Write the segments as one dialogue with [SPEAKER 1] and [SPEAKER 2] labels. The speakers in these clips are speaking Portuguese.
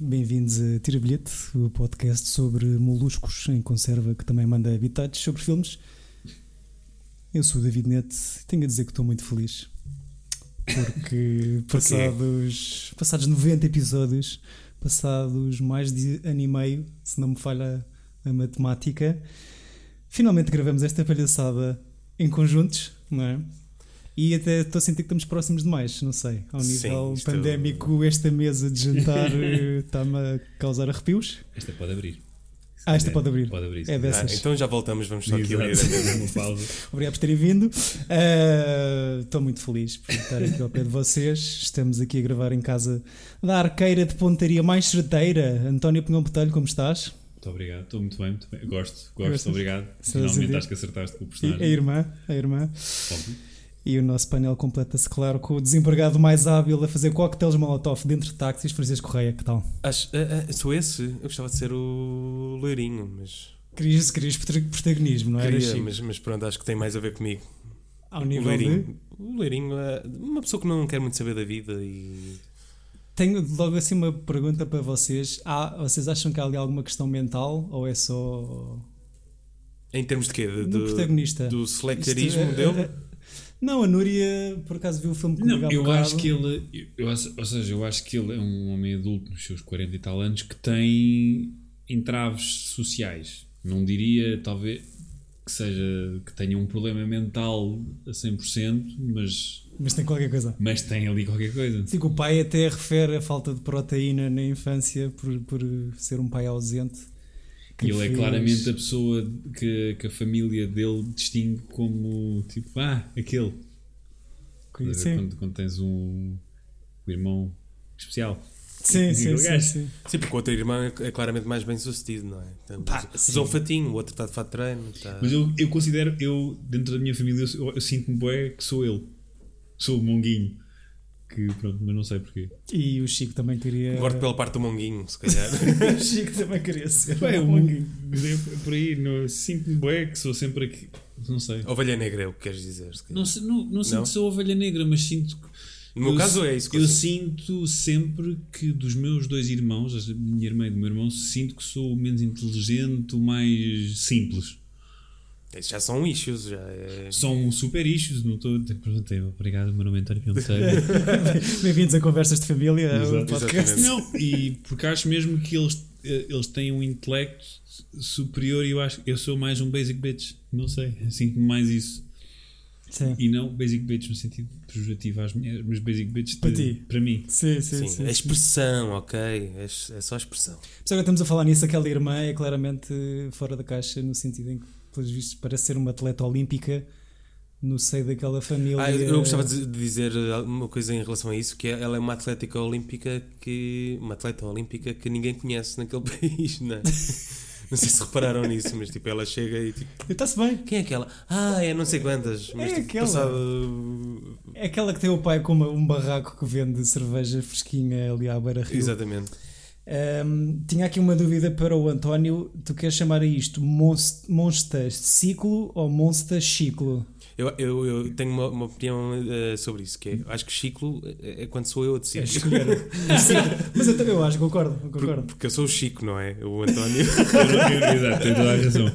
[SPEAKER 1] Bem-vindos a Tira Bilhete, o podcast sobre moluscos em conserva que também manda habitats sobre filmes. Eu sou o David Neto e tenho a dizer que estou muito feliz porque passados, passados 90 episódios, passados mais de ano e meio, se não me falha a matemática, finalmente gravamos esta palhaçada em conjuntos, não é? E até estou a sentir que estamos próximos demais, não sei. Ao
[SPEAKER 2] Sim,
[SPEAKER 1] nível
[SPEAKER 2] isto-
[SPEAKER 1] pandémico, esta mesa de jantar eh, está-me a causar arrepios.
[SPEAKER 3] Esta é, pode abrir.
[SPEAKER 1] Ah, esta pode abrir.
[SPEAKER 3] Pode abrir.
[SPEAKER 1] É
[SPEAKER 2] Ah,
[SPEAKER 1] dessas.
[SPEAKER 2] então já voltamos, vamos só aqui abrir.
[SPEAKER 3] Exato. Uma pausa.
[SPEAKER 1] Obrigado por terem vindo. Ah, Estou muito feliz por estar aqui ao pé de vocês. Estamos aqui a gravar em casa da arqueira de pontaria mais certeira. António Pinhão Botelho, como estás?
[SPEAKER 3] Muito obrigado. Estou muito bem, muito bem. Gosto, gosto,
[SPEAKER 1] Gostas?
[SPEAKER 3] obrigado.
[SPEAKER 1] Estás a sentir?
[SPEAKER 3] Finalmente acho que acertaste com o
[SPEAKER 1] E a
[SPEAKER 3] personagem.
[SPEAKER 1] irmã, a irmã.
[SPEAKER 3] Óbvio.
[SPEAKER 1] E o nosso painel completa-se, claro, com o desempregado mais hábil a fazer coquetéis molotov dentro de táxis, Francisco Correia, que tal?
[SPEAKER 2] Acho- ah, ah, sou esse? Eu gostava de ser o loirinho, mas.
[SPEAKER 1] Querias, querias prota- protagonismo, não era,
[SPEAKER 2] Queria,
[SPEAKER 1] Chico?
[SPEAKER 2] mas, mas pronto, acho que tem mais a ver comigo.
[SPEAKER 1] Ao
[SPEAKER 2] O
[SPEAKER 1] nível de...
[SPEAKER 2] loirinho. O loirinho é uma pessoa que não quer muito saber da vida e.
[SPEAKER 1] Tenho logo assim uma pergunta para vocês. Há, vocês acham que há ali alguma questão mental ou é só...
[SPEAKER 2] Em termos de quê? De-
[SPEAKER 1] No
[SPEAKER 2] do-
[SPEAKER 1] protagonista.
[SPEAKER 2] Do
[SPEAKER 1] Isto
[SPEAKER 2] selectarismo
[SPEAKER 1] é-
[SPEAKER 2] dele?
[SPEAKER 1] é- Não, a Núria, por acaso, viu o filme comigo
[SPEAKER 3] Não,
[SPEAKER 1] há
[SPEAKER 3] eu
[SPEAKER 1] bocado.
[SPEAKER 3] acho que ele, eu- eu acho- ou seja, eu acho que ele é um homem adulto nos seus 40 e tal anos que tem entraves sociais. Não diria, talvez, que seja que tenha um problema mental a 100%, mas,
[SPEAKER 1] Mas tem qualquer coisa.
[SPEAKER 3] mas tem ali qualquer coisa.
[SPEAKER 1] Sim, que o pai até refere a falta de proteína na infância por, por ser um pai ausente. que
[SPEAKER 3] E ele é
[SPEAKER 1] fez-
[SPEAKER 3] claramente a pessoa que, que a família dele distingue como tipo, ah, aquele. Estás a ver?
[SPEAKER 1] Sim,
[SPEAKER 3] Quando, quando tens um, um irmão especial.
[SPEAKER 1] sim, sim,
[SPEAKER 3] aquele
[SPEAKER 1] sim,
[SPEAKER 3] gajo.
[SPEAKER 1] sim.
[SPEAKER 2] Sim, porque o outro irmão é é claramente mais bem sucedido, não é? Então,
[SPEAKER 1] Pá,
[SPEAKER 2] usou um fatinho, o outro está de fato de treino. Está...
[SPEAKER 3] Mas eu, eu considero, eu, dentro da minha família, eu, eu sinto-me bué que sou ele. Sou o monguinho. Que pronto, mas não sei porquê.
[SPEAKER 1] E o Chico também queria.
[SPEAKER 2] Gosto pela parte do monguinho, se calhar.
[SPEAKER 1] o Chico também queria ser.
[SPEAKER 3] Bué, o
[SPEAKER 1] um
[SPEAKER 3] monguinho. Mas é por aí, não- sinto-me bué que sou sempre aqui. Não sei.
[SPEAKER 2] Ovelha negra é o que queres dizer, se calhar.
[SPEAKER 3] Não, sei- não, não sinto
[SPEAKER 2] Não?
[SPEAKER 3] que sou ovelha negra, mas sinto que.
[SPEAKER 2] No meu
[SPEAKER 3] eu
[SPEAKER 2] caso
[SPEAKER 3] si-
[SPEAKER 2] é isso que eu
[SPEAKER 3] eu sinto sempre que dos meus dois irmãos, da minha irmã e do meu irmão, sinto que sou o menos inteligente, o mais simples.
[SPEAKER 2] Esses Já são issues, já é.
[SPEAKER 3] São super issues, não estou. Perguntei, obrigado, meu nome é António Pionteiro.
[SPEAKER 1] Bem-vindos a Conversas de Família, o
[SPEAKER 3] Exato,
[SPEAKER 1] podcast.
[SPEAKER 2] exatamente.
[SPEAKER 3] Não, e porque acho mesmo que eles, eh, eles têm um intelecto superior e eu acho eu sou mais um basic bitch. Não sei, sinto-me mais isso.
[SPEAKER 1] Sim.
[SPEAKER 3] E não basic bitch no sentido pejorativo às mulheres, mas basic bitch de-
[SPEAKER 1] Para ti.
[SPEAKER 3] para mim.
[SPEAKER 1] Sim, sim,
[SPEAKER 2] Sim,
[SPEAKER 1] sim.
[SPEAKER 2] é expressão, ok? É, é só expressão.
[SPEAKER 1] Mas agora estamos a falar nisso, aquela irmã é claramente fora da caixa, no sentido em que, pelos vistos, parece ser uma atleta olímpica no seio daquela família.
[SPEAKER 2] Ah, eu, eu gostava de de dizer uma coisa em relação a isso, que é- ela é uma atlética olímpica que. Uma atleta olímpica que ninguém conhece naquele país, não é? Não sei se repararam nisso, mas tipo, ela chega e tipo,
[SPEAKER 1] Está-se bem.
[SPEAKER 2] quem é aquela? Ah, é não sei quantas, mas
[SPEAKER 1] É
[SPEAKER 2] tipo,
[SPEAKER 1] aquela.
[SPEAKER 2] passado.
[SPEAKER 1] É aquela que tem o pai com uma- um barraco que vende cerveja fresquinha ali à beira-rio.
[SPEAKER 2] Exatamente.
[SPEAKER 1] Ahm, tinha aqui uma dúvida para o António. Tu queres chamar a isto monst- Monsta Ciclo ou Monsta Ciclo?
[SPEAKER 2] Eu, eu, eu tenho uma, uma opinião eh, sobre isso, que é, acho que Chico é é quando sou eu a
[SPEAKER 1] É
[SPEAKER 2] decidir.
[SPEAKER 1] escolher. Sim, Mas eu também eu acho, concordo, concordo.
[SPEAKER 2] Porque eu sou o Chico, não é? O António.
[SPEAKER 3] Eu não- eu- Exato, tem toda a razão.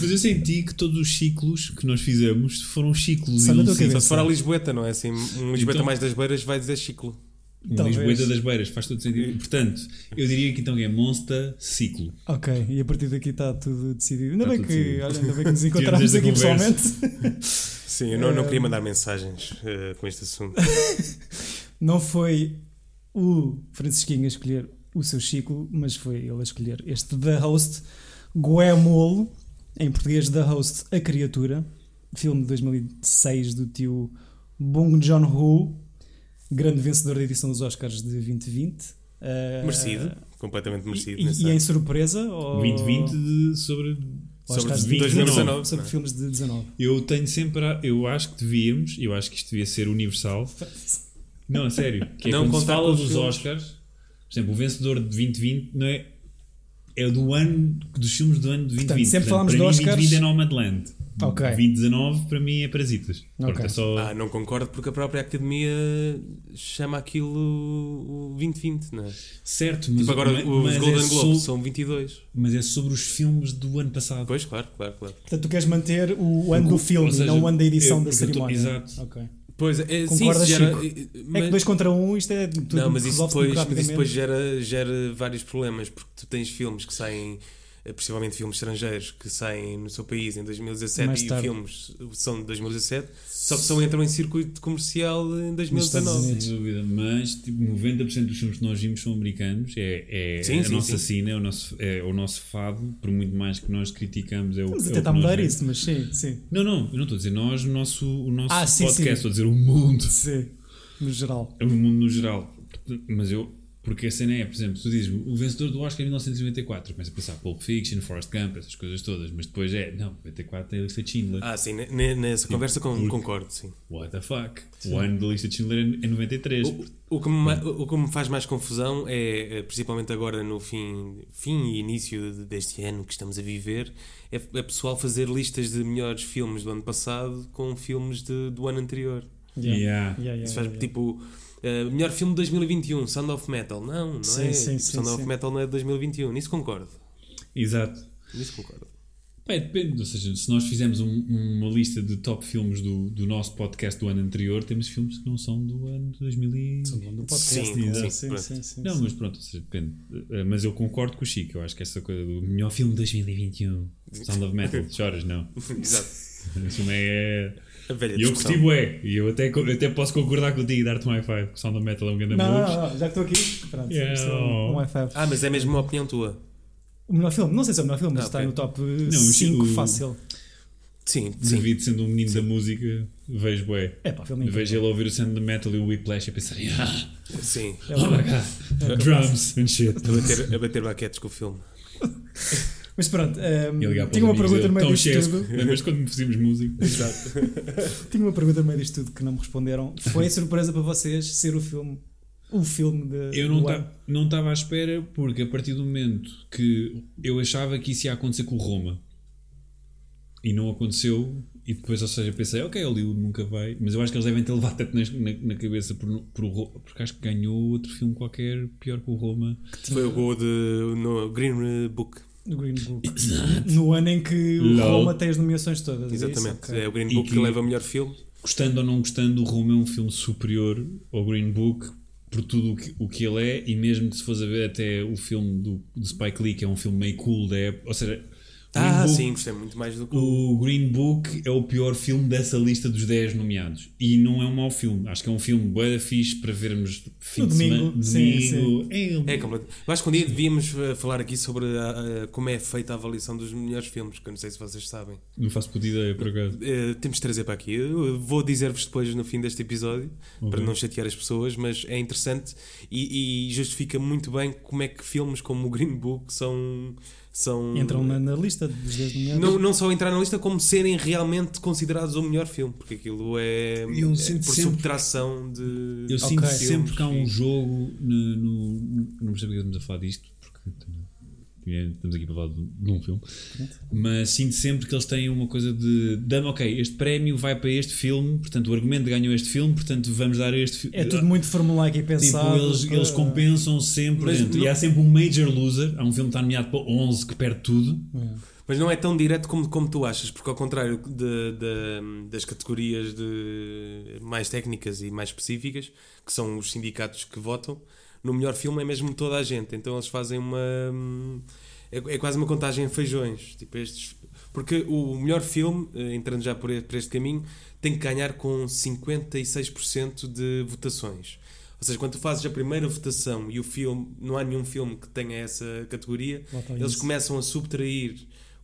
[SPEAKER 3] Mas eu senti que todos os ciclos que nós fizemos foram um ciclos
[SPEAKER 1] Só
[SPEAKER 3] e
[SPEAKER 1] na
[SPEAKER 3] não
[SPEAKER 1] tua
[SPEAKER 3] ciclos.
[SPEAKER 1] cabeça.
[SPEAKER 2] Se for a Lisboeta, não é assim? Um Lisboeta
[SPEAKER 3] Então-
[SPEAKER 2] mais das beiras vai dizer Chico.
[SPEAKER 3] Um
[SPEAKER 1] Talvez.
[SPEAKER 3] Lisboeta das Beiras, faz todo sentido. Portanto, eu diria que então é Monster Ciclo.
[SPEAKER 1] Ok, e a partir daqui está tudo decidido. Ainda,
[SPEAKER 3] Está
[SPEAKER 1] bem,
[SPEAKER 3] tudo
[SPEAKER 1] que,
[SPEAKER 3] decidido.
[SPEAKER 1] olha, ainda bem que nos encontramos
[SPEAKER 3] esta
[SPEAKER 1] aqui
[SPEAKER 3] conversa.
[SPEAKER 1] pessoalmente.
[SPEAKER 2] Sim, eu não, não queria mandar mensagens eh, com este assunto.
[SPEAKER 1] Não foi o Francisquinho a escolher o seu ciclo, mas foi ele a escolher este The Host Guemol, em português The Host A Criatura, filme de 2006 do tio Bong Joon-ho, grande vencedor da edição dos Oscars de 2020. Ah,
[SPEAKER 2] Merecido, completamente merecido.
[SPEAKER 1] E, e
[SPEAKER 2] nessa-
[SPEAKER 1] em surpresa? Ou...
[SPEAKER 3] 2020 de, sobre
[SPEAKER 2] sobre
[SPEAKER 1] Oscars de
[SPEAKER 2] 2019,
[SPEAKER 1] Sobre
[SPEAKER 2] não é?
[SPEAKER 1] filmes de 19.
[SPEAKER 3] Eu tenho sempre. a- Eu acho que devíamos, eu acho que isto devia ser universal. Não, a sério. Que é
[SPEAKER 2] Não
[SPEAKER 3] quando se
[SPEAKER 2] contar
[SPEAKER 3] fala
[SPEAKER 2] com os
[SPEAKER 3] dos
[SPEAKER 2] filmes.
[SPEAKER 3] Oscars, por exemplo, o vencedor de 2020 não é. É do ano. Dos filmes do ano de 2020.
[SPEAKER 1] sempre falamos
[SPEAKER 3] para
[SPEAKER 1] de
[SPEAKER 3] mim,
[SPEAKER 1] Oscars.
[SPEAKER 3] 2020 é Nomadland.
[SPEAKER 1] Ok.
[SPEAKER 3] Covid-19 para mim é parasitas. Pronto,
[SPEAKER 1] Ok.
[SPEAKER 3] é só.
[SPEAKER 2] Ah, não concordo porque a própria academia chama aquilo o 2020, não é?
[SPEAKER 3] certo, mas,
[SPEAKER 2] Tipo, agora
[SPEAKER 3] mas-
[SPEAKER 2] os
[SPEAKER 3] mas
[SPEAKER 2] Golden
[SPEAKER 3] é
[SPEAKER 2] Globes
[SPEAKER 3] so-
[SPEAKER 2] são 22.
[SPEAKER 3] mas é sobre os filmes do ano passado.
[SPEAKER 2] Pois, claro, claro, claro.
[SPEAKER 1] Portanto, tu queres manter o ano do
[SPEAKER 3] Ou
[SPEAKER 1] filme,
[SPEAKER 3] seja,
[SPEAKER 1] não o ano da edição
[SPEAKER 3] eu-
[SPEAKER 1] da
[SPEAKER 3] eu tô-
[SPEAKER 1] cerimónia.
[SPEAKER 3] exato.
[SPEAKER 1] Ok.
[SPEAKER 2] Pois, é,
[SPEAKER 1] Concordas,
[SPEAKER 2] sim, isso gera,
[SPEAKER 1] Chico?
[SPEAKER 2] eh,
[SPEAKER 1] É que
[SPEAKER 2] mas-
[SPEAKER 1] dois contra um, isto é tudo
[SPEAKER 2] não, mas isso
[SPEAKER 1] resolve-se
[SPEAKER 2] depois,
[SPEAKER 1] muito
[SPEAKER 2] mas isso depois
[SPEAKER 1] rapidamente.
[SPEAKER 2] gera, gera vários problemas, porque tu tens filmes que saem, eh, principalmente filmes estrangeiros, que saem no seu país em 2017
[SPEAKER 1] Mais
[SPEAKER 2] e
[SPEAKER 1] tarde.
[SPEAKER 2] filmes são de 2017, só que só entram em circuito comercial em
[SPEAKER 1] Estados
[SPEAKER 2] 2019.
[SPEAKER 1] Unidos.
[SPEAKER 3] Sem dúvida, mas tipo, 90% dos filmes que nós vimos são americanos, é, é
[SPEAKER 2] Sim,
[SPEAKER 3] a
[SPEAKER 2] sim,
[SPEAKER 3] nossa
[SPEAKER 2] sim.
[SPEAKER 3] cena, é o, nosso, é o nosso fado, por muito mais que nós criticamos. É o,
[SPEAKER 1] Estamos tá
[SPEAKER 3] é
[SPEAKER 1] a
[SPEAKER 3] o
[SPEAKER 1] tentar
[SPEAKER 3] que nós
[SPEAKER 1] mudar
[SPEAKER 3] vemos.
[SPEAKER 1] isso, mas sim, sim.
[SPEAKER 3] Não, não, eu não estou a dizer nós, o nosso, o nosso
[SPEAKER 1] Ah, sim,
[SPEAKER 3] podcast,
[SPEAKER 1] sim.
[SPEAKER 3] estou a dizer o mundo, É
[SPEAKER 1] Sim, no geral.
[SPEAKER 3] o mundo no geral. Mas eu, porque a cena é, por exemplo, tu dizes o vencedor do Oscar é em 1994, começa a pensar Pulp Fiction, Forrest Gump, essas coisas todas, mas depois é, não, 94 tem a lista de Schindler.
[SPEAKER 2] Ah, sim, ne- ne- nessa conversa con-
[SPEAKER 3] porque-
[SPEAKER 2] concordo, sim.
[SPEAKER 3] What the fuck? O ano da lista de Schindler é 93.
[SPEAKER 1] Oh,
[SPEAKER 2] O, o que me, ma- o que me faz mais confusão é, eh, principalmente agora no fim, fim e início de- deste ano que estamos a viver, é, é pessoal fazer listas de melhores filmes do ano passado com filmes de- do ano anterior.
[SPEAKER 3] Yeah.
[SPEAKER 1] Yeah, yeah,
[SPEAKER 2] Isso faz
[SPEAKER 1] yeah, yeah.
[SPEAKER 2] tipo. eh, melhor filme de 2021, Sound of Metal. Não, não
[SPEAKER 1] Sim,
[SPEAKER 2] é.
[SPEAKER 1] sim,
[SPEAKER 2] Tipo,
[SPEAKER 1] sim,
[SPEAKER 2] Sound of
[SPEAKER 1] sim.
[SPEAKER 2] Metal não é de 2021. Nisso concordo.
[SPEAKER 3] Exato.
[SPEAKER 2] Nisso concordo.
[SPEAKER 3] Bem, depende, ou seja, se nós fizermos um- uma lista de top filmes do, do nosso podcast do ano anterior, temos filmes que não são do ano de 2000 e...
[SPEAKER 1] São bom do podcast,
[SPEAKER 2] Sim,
[SPEAKER 1] claro.
[SPEAKER 2] sim,
[SPEAKER 1] sim,
[SPEAKER 2] pronto.
[SPEAKER 1] sim, sim,
[SPEAKER 3] Não,
[SPEAKER 1] sim.
[SPEAKER 3] mas pronto, ou seja, depende. Eh, Mas eu concordo com o Chico, eu acho que essa coisa do melhor filme de 2021, Sound of Metal, choras, não.
[SPEAKER 2] Exato.
[SPEAKER 3] Isso não é...
[SPEAKER 2] A velha
[SPEAKER 3] E eu
[SPEAKER 2] discussão.
[SPEAKER 3] curti bué, e eu até, co- eu até posso concordar contigo e dar-te um high five, que Sound of Metal é um grande
[SPEAKER 1] Não, não,
[SPEAKER 3] amor.
[SPEAKER 1] não, não, já que estou aqui, pronto.
[SPEAKER 3] Yeah.
[SPEAKER 1] isto é um- um high five.
[SPEAKER 2] Ah, mas é mesmo uma opinião tua.
[SPEAKER 1] O melhor filme, não sei se é o melhor filme, mas
[SPEAKER 2] Ah,
[SPEAKER 1] está
[SPEAKER 2] ok.
[SPEAKER 1] no top
[SPEAKER 3] o
[SPEAKER 1] 5
[SPEAKER 3] Chico-
[SPEAKER 1] fácil.
[SPEAKER 2] Sim, sim.
[SPEAKER 3] David sendo um menino da música, vejo bué.
[SPEAKER 1] É pá, filme incrível.
[SPEAKER 3] Vejo ele ouvir o Sound of Metal e o Whiplash e pensar, yeah,
[SPEAKER 2] sim.
[SPEAKER 1] É
[SPEAKER 3] oh
[SPEAKER 1] o-
[SPEAKER 3] my god, drums and shit.
[SPEAKER 2] A bater, a bater baquetes com o filme.
[SPEAKER 1] Mas pronto, ehm,
[SPEAKER 3] E ligar para
[SPEAKER 1] tinha uma
[SPEAKER 3] os
[SPEAKER 1] pergunta no
[SPEAKER 3] amigos dele,
[SPEAKER 1] meio
[SPEAKER 3] "Tão
[SPEAKER 1] disto
[SPEAKER 3] chesco."
[SPEAKER 1] tudo.
[SPEAKER 3] Lembras quando fizemos música?
[SPEAKER 2] Exato.
[SPEAKER 1] Tinha uma pergunta no meio disto tudo que não me responderam. Foi surpresa para vocês ser o filme, o filme de.
[SPEAKER 3] Eu não
[SPEAKER 1] do ano?
[SPEAKER 3] ta- não estava à espera porque a partir do momento que eu achava que isso ia acontecer com o Roma e não aconteceu e depois, ou seja, pensei, ok, o Hollywood nunca vai, mas eu acho que eles devem ter levado tanto nas- na, na cabeça por, no- por o Ro- porque acho que ganhou outro filme qualquer pior que o Roma.
[SPEAKER 2] Foi
[SPEAKER 1] tipo?
[SPEAKER 2] o gol de, no Green Book.
[SPEAKER 1] do Green Book. No ano em que o
[SPEAKER 3] Lol.
[SPEAKER 1] Roma tem as nomeações todas. é isso?
[SPEAKER 2] Exatamente.
[SPEAKER 1] Ok.
[SPEAKER 2] É o Green
[SPEAKER 3] E
[SPEAKER 2] Book que...
[SPEAKER 3] que-
[SPEAKER 2] leva o melhor filme.
[SPEAKER 3] Gostando ou não gostando, o Roma é um filme superior ao Green Book por tudo o que, o que ele é e mesmo se fores a ver até o filme do, do Spike Lee, que é um filme meio cool da época, ou seja... Green
[SPEAKER 2] Ah,
[SPEAKER 3] Book-
[SPEAKER 2] sim, gostei muito mais do que o.
[SPEAKER 3] O Green Book é o pior filme dessa lista dos 10 nomeados. E não é um mau filme. Acho que é um filme bué da fixe para vermos fim
[SPEAKER 1] No
[SPEAKER 3] de
[SPEAKER 1] domingo.
[SPEAKER 3] semana.
[SPEAKER 1] Sim,
[SPEAKER 3] Domingo. É,
[SPEAKER 2] É completo. Eu acho que um dia devíamos eh, falar aqui sobre a- a- como é feita a avaliação dos melhores filmes, que eu não sei se vocês sabem.
[SPEAKER 3] Não faço puta ideia, por acaso.
[SPEAKER 2] Eh, temos de trazer para aqui. Eu vou dizer-vos depois no fim deste episódio,
[SPEAKER 1] Uhum.
[SPEAKER 2] para não chatear as pessoas, mas é interessante e, e justifica muito bem como é que filmes como o Green Book são. são
[SPEAKER 1] Entram na, na lista dos 10 nomeados.
[SPEAKER 2] um- Não, não só entrar na lista, como serem realmente considerados o melhor filme, porque aquilo é,
[SPEAKER 3] Eu
[SPEAKER 2] é
[SPEAKER 3] sinto
[SPEAKER 2] por
[SPEAKER 3] sempre-
[SPEAKER 2] subtração de.
[SPEAKER 3] Eu
[SPEAKER 2] de
[SPEAKER 3] sinto
[SPEAKER 1] Ok.
[SPEAKER 3] sempre que há um
[SPEAKER 2] filmes,
[SPEAKER 3] jogo no, no- no- Não percebo é que estamos a falar disto, porque também- é, estamos aqui para falar de, de um filme. Mas sinto sempre que eles têm uma coisa de. Dama, ok, este prémio vai para este filme, portanto o argumento ganhou este filme, portanto vamos dar este filme.
[SPEAKER 1] É tudo muito formulaico e
[SPEAKER 3] Tipo,
[SPEAKER 1] pensado.
[SPEAKER 3] eles,
[SPEAKER 1] para-
[SPEAKER 3] eles compensam sempre
[SPEAKER 2] Mas
[SPEAKER 3] dentro. E
[SPEAKER 2] não-
[SPEAKER 3] há sempre um major loser. Há um filme que está nomeado para 11 que perde tudo.
[SPEAKER 2] Mas não é tão direto como, como tu achas, porque ao contrário de- de- das categorias de mais técnicas e mais específicas, que são os sindicatos que votam, no melhor filme é mesmo toda a gente. Então eles fazem uma. hum, É, é quase uma contagem em feijões. Tipo estes, porque o melhor filme, eh, entrando já por e- por este caminho, tem que ganhar com 56% de votações. Ou seja, quando tu fazes a primeira votação e o filme, não há nenhum filme que tenha essa categoria,
[SPEAKER 1] Vota
[SPEAKER 2] eles
[SPEAKER 1] isso.
[SPEAKER 2] começam a subtrair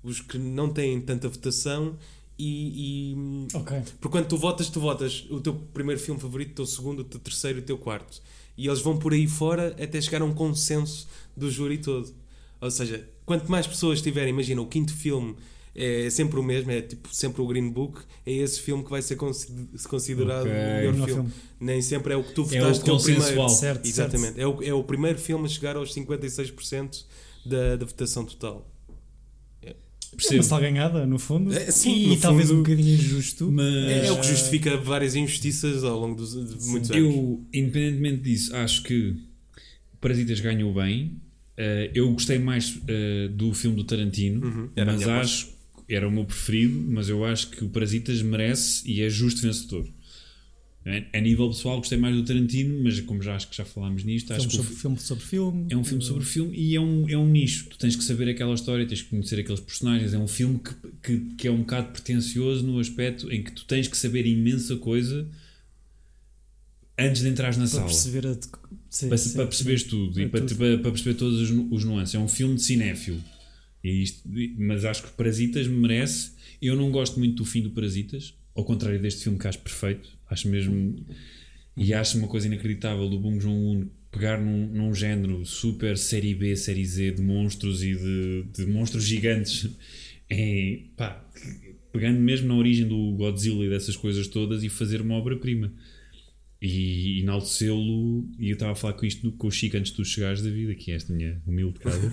[SPEAKER 2] os que não têm tanta votação e, e
[SPEAKER 1] Ok.
[SPEAKER 2] porque quando tu votas, tu votas o teu primeiro filme favorito, o teu segundo, o teu terceiro, o teu quarto. E eles vão por aí fora até chegar a um consenso do júri todo. Ou seja, quanto mais pessoas tiverem, imagina, o quinto filme é sempre o mesmo, é tipo sempre o Green Book, é esse filme que vai ser consi- considerado
[SPEAKER 3] Ok.
[SPEAKER 2] o melhor
[SPEAKER 1] Melhor
[SPEAKER 2] filme.
[SPEAKER 1] filme.
[SPEAKER 2] Nem sempre é o que tu
[SPEAKER 3] É
[SPEAKER 2] votaste
[SPEAKER 3] o
[SPEAKER 2] que é o primeiro.
[SPEAKER 3] consensual.
[SPEAKER 1] Certo,
[SPEAKER 2] Exatamente. É, o, é o primeiro filme a chegar aos 56% da, da votação total.
[SPEAKER 1] É uma
[SPEAKER 3] Percebo.
[SPEAKER 1] salganhada, no fundo.
[SPEAKER 2] É, sim,
[SPEAKER 1] e
[SPEAKER 2] no
[SPEAKER 1] talvez
[SPEAKER 2] fundo.
[SPEAKER 1] um bocadinho injusto.
[SPEAKER 2] É,
[SPEAKER 3] Mas eh,
[SPEAKER 2] o que justifica várias injustiças ao longo dos, de muitos anos.
[SPEAKER 3] eu, independentemente disso, acho que Parasitas ganhou bem. Eh, eu gostei mais eh, do filme do Tarantino,
[SPEAKER 2] Uhum. era a
[SPEAKER 3] mas
[SPEAKER 2] minha
[SPEAKER 3] acho era o meu preferido, mas eu acho que o Parasitas merece e é justo vencedor. é? A a nível pessoal, gostei mais do Tarantino, mas como já acho que já falámos nisto, acho
[SPEAKER 1] Filme
[SPEAKER 3] que o
[SPEAKER 1] sobre, filme sobre filme. Eh,
[SPEAKER 3] É um filme sobre filme e é um, é um nicho. Tu tens que saber aquela história, tens que conhecer aqueles personagens. É um filme que, que, que é um bocado pretencioso no aspecto em que tu tens que saber imensa coisa antes de entrares na
[SPEAKER 1] Para
[SPEAKER 3] sala.
[SPEAKER 1] perceber a. de- sim,
[SPEAKER 3] para,
[SPEAKER 1] sim,
[SPEAKER 3] para perceberes tudo
[SPEAKER 1] É
[SPEAKER 3] e para,
[SPEAKER 1] tudo.
[SPEAKER 3] para- para perceber todos os, nu- os nuances. É um filme de cinéfilo. E isto- e- mas acho que Parasitas merece. Eu não gosto muito do fim do Parasitas, ao contrário deste filme que acho perfeito. Acho mesmo. E acho uma coisa inacreditável do Bong Joon-un pegar num, num género super série B, série Z de monstros e de, de monstros gigantes. É, pá, pegando mesmo na origem do Godzilla e dessas coisas todas e fazer uma obra-prima e enaltecê-lo. E eu estava a falar com isto no- com o Chico antes de tu chegares da vida, que é esta minha humilde casa.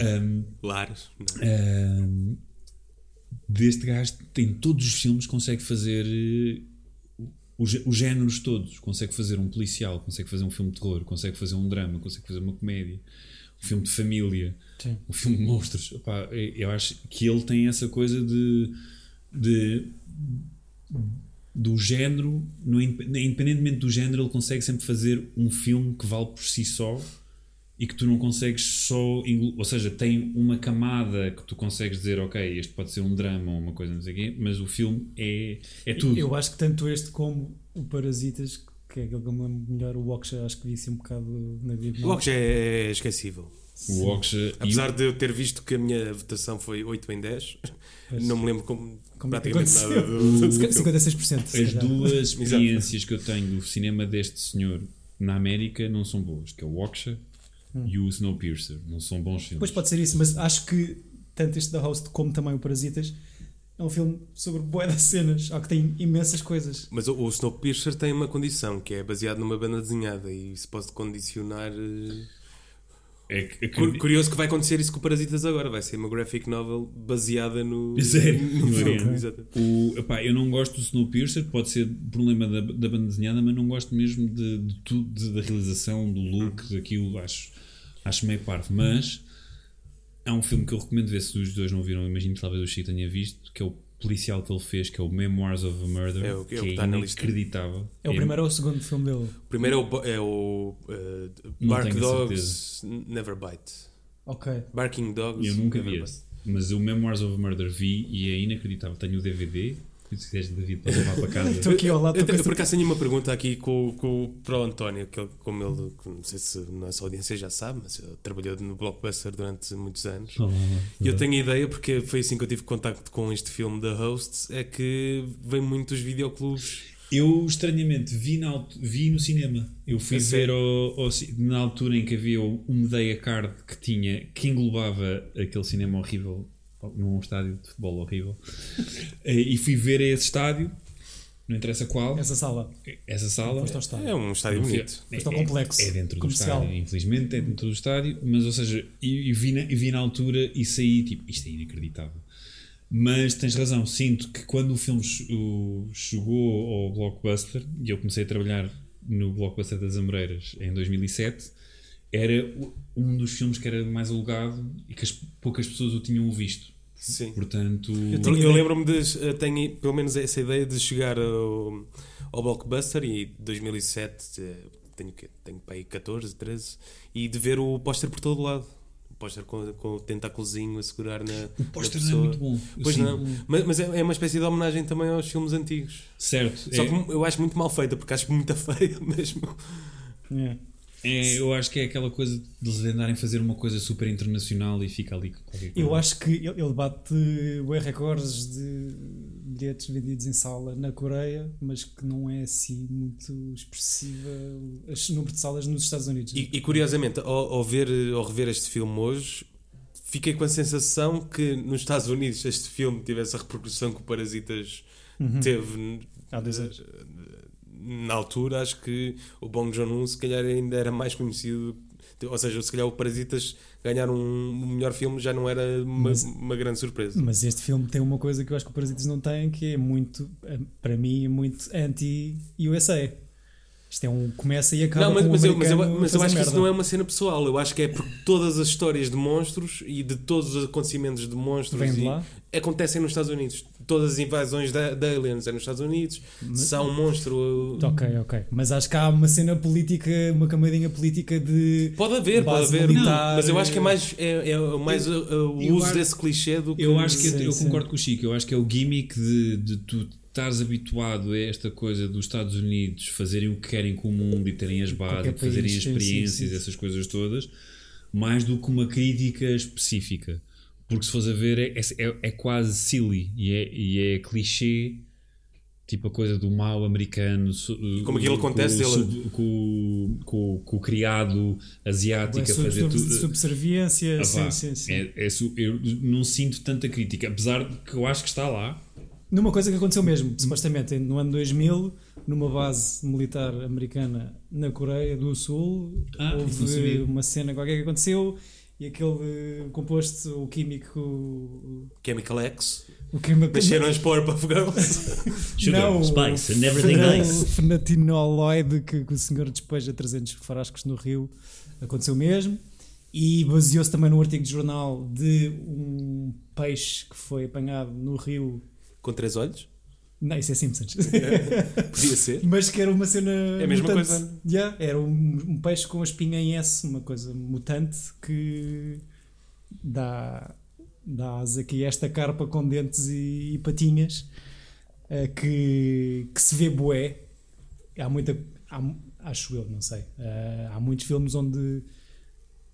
[SPEAKER 3] Ahm,
[SPEAKER 2] Lares. não.
[SPEAKER 3] ahm, deste gajo em todos os filmes consegue fazer eh, os, os géneros todos. Consegue fazer um policial, consegue fazer um filme de terror, consegue fazer um drama, consegue fazer uma comédia, um filme de família,
[SPEAKER 1] Sim.
[SPEAKER 3] um filme de monstros. Epá, eu acho que ele tem essa coisa de. de do género, no, indep- independentemente do género, ele consegue sempre fazer um filme que vale por si só e que tu não consegues só. englo- Ou seja, tem uma camada que tu consegues dizer, ok, este pode ser um drama ou uma coisa, não sei o quê, mas o filme é, é tudo.
[SPEAKER 1] Eu acho que tanto este como o Parasitas, que é aquele que eu me lembro melhor, o Walksha, acho que vi assim um bocado na
[SPEAKER 2] O
[SPEAKER 1] Bíblia.
[SPEAKER 2] Ox é, é esquecível.
[SPEAKER 3] o Oksha
[SPEAKER 2] Apesar de eu ter visto que a minha votação foi 8 em 10, não me lembro como,
[SPEAKER 1] Como é que
[SPEAKER 2] praticamente nada
[SPEAKER 1] aconteceu?
[SPEAKER 2] do, do,
[SPEAKER 1] Cinqu-
[SPEAKER 2] do filme.
[SPEAKER 1] 56%. se
[SPEAKER 3] As
[SPEAKER 1] calhar.
[SPEAKER 3] duas experiências que eu tenho do cinema deste senhor na América não são boas, que é o Oksha e o Snowpiercer. Não são bons filmes.
[SPEAKER 1] Hum. Pois pode ser isso, mas acho que tanto este da Host como também o Parasitas é um filme sobre bué de cenas, há que tem imensas coisas.
[SPEAKER 2] Mas o, o Snowpiercer tem uma condição, que é baseado numa banda desenhada e isso pode condicionar... eh,
[SPEAKER 3] É que- é que-
[SPEAKER 2] Cu- Curioso que vai acontecer isso com o Parasitas agora. Vai ser uma graphic novel baseada no,
[SPEAKER 3] Sério?
[SPEAKER 2] no
[SPEAKER 3] Não é?
[SPEAKER 2] filme. exatamente.
[SPEAKER 3] O, epá, eu não gosto do Snowpiercer, pode ser problema da, da banda desenhada, mas não gosto mesmo de, de tudo, de- da realização, do
[SPEAKER 1] Hum.
[SPEAKER 3] look, daquilo, acho, acho meio parvo. Mas há um filme que eu recomendo ver se os dois não viram, imagino que talvez o Chico tenha visto, que é o policial que ele fez, que é o Memoirs of a Murder,
[SPEAKER 2] É o que-
[SPEAKER 3] que
[SPEAKER 2] é
[SPEAKER 3] é,
[SPEAKER 2] o que está na lista.
[SPEAKER 3] inacreditável.
[SPEAKER 1] É o primeiro ou o segundo filme dele?
[SPEAKER 2] O primeiro é o, bo- é o, eh,
[SPEAKER 3] Não
[SPEAKER 2] Bark
[SPEAKER 3] tenho a
[SPEAKER 2] Dogs N- Never Bite.
[SPEAKER 1] Ok.
[SPEAKER 2] Barking Dogs
[SPEAKER 3] Eu nunca vi
[SPEAKER 2] Never
[SPEAKER 3] esse. Mas o Memoirs of a Murder vi e é inacreditável. Tenho o DVD, se quiseres, David, para levar para casa.
[SPEAKER 1] Estou aqui ao lado,
[SPEAKER 2] Eu,
[SPEAKER 1] estou
[SPEAKER 2] te-
[SPEAKER 1] com
[SPEAKER 2] eu por
[SPEAKER 1] esse-
[SPEAKER 2] acaso tenho uma pergunta aqui com, com, para o António, que ele, como ele, que não sei se a nossa audiência já sabe, mas ele trabalhou no Blockbuster durante muitos anos.
[SPEAKER 3] Olá, olá.
[SPEAKER 2] E Eu tenho a ideia, porque foi assim que eu tive contacto com este filme da Hosts, é que vem muitos videoclubes.
[SPEAKER 3] Eu estranhamente vi, na alt- vi no cinema. Eu fui
[SPEAKER 2] A
[SPEAKER 3] ver ao- ao ci- na altura em que havia o- um Medeia Card que tinha, que englobava aquele cinema horrível, num estádio de futebol horrível. Eh, e fui ver a esse estádio, não interessa qual,
[SPEAKER 1] essa sala.
[SPEAKER 3] essa sala.
[SPEAKER 1] Foste ao estádio.
[SPEAKER 2] É um estádio
[SPEAKER 3] Não fui-
[SPEAKER 2] bonito.
[SPEAKER 3] é-
[SPEAKER 1] Foste ao
[SPEAKER 3] é-
[SPEAKER 1] complexo
[SPEAKER 3] É dentro
[SPEAKER 1] comercial.
[SPEAKER 3] do estádio, infelizmente, é dentro do estádio. Mas, ou seja, e, e vi, na, e vi na altura e saí, tipo, isto é inacreditável. Mas tens razão, sinto que quando o filme ch- o- chegou ao Blockbuster, e eu comecei a trabalhar no Blockbuster das Amoreiras em 2007, era o- um dos filmes que era mais alugado e que as poucas pessoas o tinham visto.
[SPEAKER 2] Sim.
[SPEAKER 3] Portanto,
[SPEAKER 2] Eu, eu lembro-me de. eh, Tenho aí, pelo menos essa ideia de chegar ao, ao Blockbuster e 2007, eh, tenho, que, tenho para aí 14, 13, e de ver o póster por todo lado. O póster com, com o tentáculozinho a segurar na.
[SPEAKER 3] o
[SPEAKER 2] na
[SPEAKER 3] póster não é
[SPEAKER 2] pessoa.
[SPEAKER 3] muito bom.
[SPEAKER 2] Pois
[SPEAKER 3] Sim,
[SPEAKER 2] não, mas, mas é é uma espécie de homenagem também aos filmes antigos.
[SPEAKER 3] Certo.
[SPEAKER 2] Só
[SPEAKER 3] é-
[SPEAKER 2] que eu acho muito mal feita, porque acho muito feia mesmo.
[SPEAKER 1] É.
[SPEAKER 3] É, eu acho que é aquela coisa de eles andarem a fazer uma coisa super internacional e fica ali qualquer coisa.
[SPEAKER 1] Eu acho que ele ele bate bué recordes de bilhetes vendidos em sala na Coreia, mas que não é assim muito expressiva o número de salas nos Estados Unidos.
[SPEAKER 2] E, e, curiosamente, ao, ao ver, ao rever este filme hoje, fiquei com a sensação que nos Estados Unidos este filme tivesse a repercussão que o Parasitas teve n-
[SPEAKER 1] Uhum. Há dois anos.
[SPEAKER 2] na altura. Acho que o Bong Joon-un se calhar ainda era mais conhecido, Ou seja, se calhar o Parasitas ganhar um melhor filme já não era uma,
[SPEAKER 1] Mas-
[SPEAKER 2] uma grande surpresa.
[SPEAKER 1] Mas este filme tem uma coisa que eu acho que o Parasitas não tem, que é muito, eh, para mim, é muito anti-USA. Isto é um começa e acaba
[SPEAKER 2] Não, mas,
[SPEAKER 1] com um
[SPEAKER 2] mas eu, mas eu-
[SPEAKER 1] americano
[SPEAKER 2] mas eu
[SPEAKER 1] a
[SPEAKER 2] acho que
[SPEAKER 1] fazer
[SPEAKER 2] isso não é uma cena pessoal. Eu acho que é porque todas as histórias de monstros e de todos os acontecimentos de monstros
[SPEAKER 1] Vem de
[SPEAKER 2] e-
[SPEAKER 1] lá?
[SPEAKER 2] acontecem nos Estados Unidos. Todas as invasões da, da aliens é nos Estados Unidos. Se há um monstro.
[SPEAKER 1] merda. Ok, ok. Mas acho que há uma cena política, uma camadinha política de...
[SPEAKER 2] Pode haver, pode
[SPEAKER 1] Base
[SPEAKER 2] haver.
[SPEAKER 1] militar,
[SPEAKER 2] mas eu acho que é mais, é, é mais uh, uh, o
[SPEAKER 3] eu
[SPEAKER 2] uso
[SPEAKER 3] acho-
[SPEAKER 2] desse clichê do que.
[SPEAKER 3] Eu acho que
[SPEAKER 1] Sim,
[SPEAKER 3] eu
[SPEAKER 1] sim.
[SPEAKER 3] concordo com o Chico. Eu acho que é o gimmick de, de tu estares habituado a esta coisa dos Estados Unidos fazerem o que querem com o mundo e terem as bases,
[SPEAKER 1] Qualquer
[SPEAKER 3] e fazerem
[SPEAKER 1] país, sim, sim,
[SPEAKER 3] experiências,
[SPEAKER 1] sim.
[SPEAKER 3] essas coisas todas, mais do que uma crítica específica. Porque se fores a ver, é, é, é quase silly e é, e é clichê. Tipo a coisa do mal americano, su-
[SPEAKER 2] como aquilo
[SPEAKER 3] com o
[SPEAKER 2] acontece, ele-
[SPEAKER 3] sub- com, o- com o- com o criado asiático a
[SPEAKER 1] sub-
[SPEAKER 3] fazer
[SPEAKER 1] sub-
[SPEAKER 3] tudo.
[SPEAKER 1] subserviência,
[SPEAKER 3] Ah,
[SPEAKER 1] sim,
[SPEAKER 3] pá,
[SPEAKER 1] sim, sim.
[SPEAKER 3] é- é su- eu não sinto tanta crítica, apesar de que eu acho que está lá.
[SPEAKER 1] Numa coisa que aconteceu mesmo, supostamente no ano 2000, numa base militar americana na Coreia do Sul,
[SPEAKER 3] Ah, isso não
[SPEAKER 1] houve
[SPEAKER 3] sabia.
[SPEAKER 1] uma cena qualquer que aconteceu e aquele eh, composto o químico. o-
[SPEAKER 2] Chemical X.
[SPEAKER 1] O químico.
[SPEAKER 2] Deixaram as Powerpuff Girls.
[SPEAKER 3] Sugar,
[SPEAKER 1] o
[SPEAKER 3] spice and everything
[SPEAKER 1] fena-
[SPEAKER 3] nice.
[SPEAKER 1] Fenatinoloide que, que o senhor despeja 300 farascos no Rio aconteceu mesmo. E baseou-se também num artigo de jornal de um peixe que foi apanhado no Rio.
[SPEAKER 2] Com três olhos.
[SPEAKER 1] Não, isso é Simpsons.
[SPEAKER 2] Podia ser.
[SPEAKER 1] Mas que era uma cena.
[SPEAKER 2] É a mesma
[SPEAKER 1] mutante.
[SPEAKER 2] coisa.
[SPEAKER 1] Yeah, era um, um peixe com a espinha em S, uma coisa mutante que dá, dá asa aqui a esta carpa com dentes e, e patinhas eh, que, que se vê boé. Há muita. há mu- acho eu, não sei. Eh, há muitos filmes onde.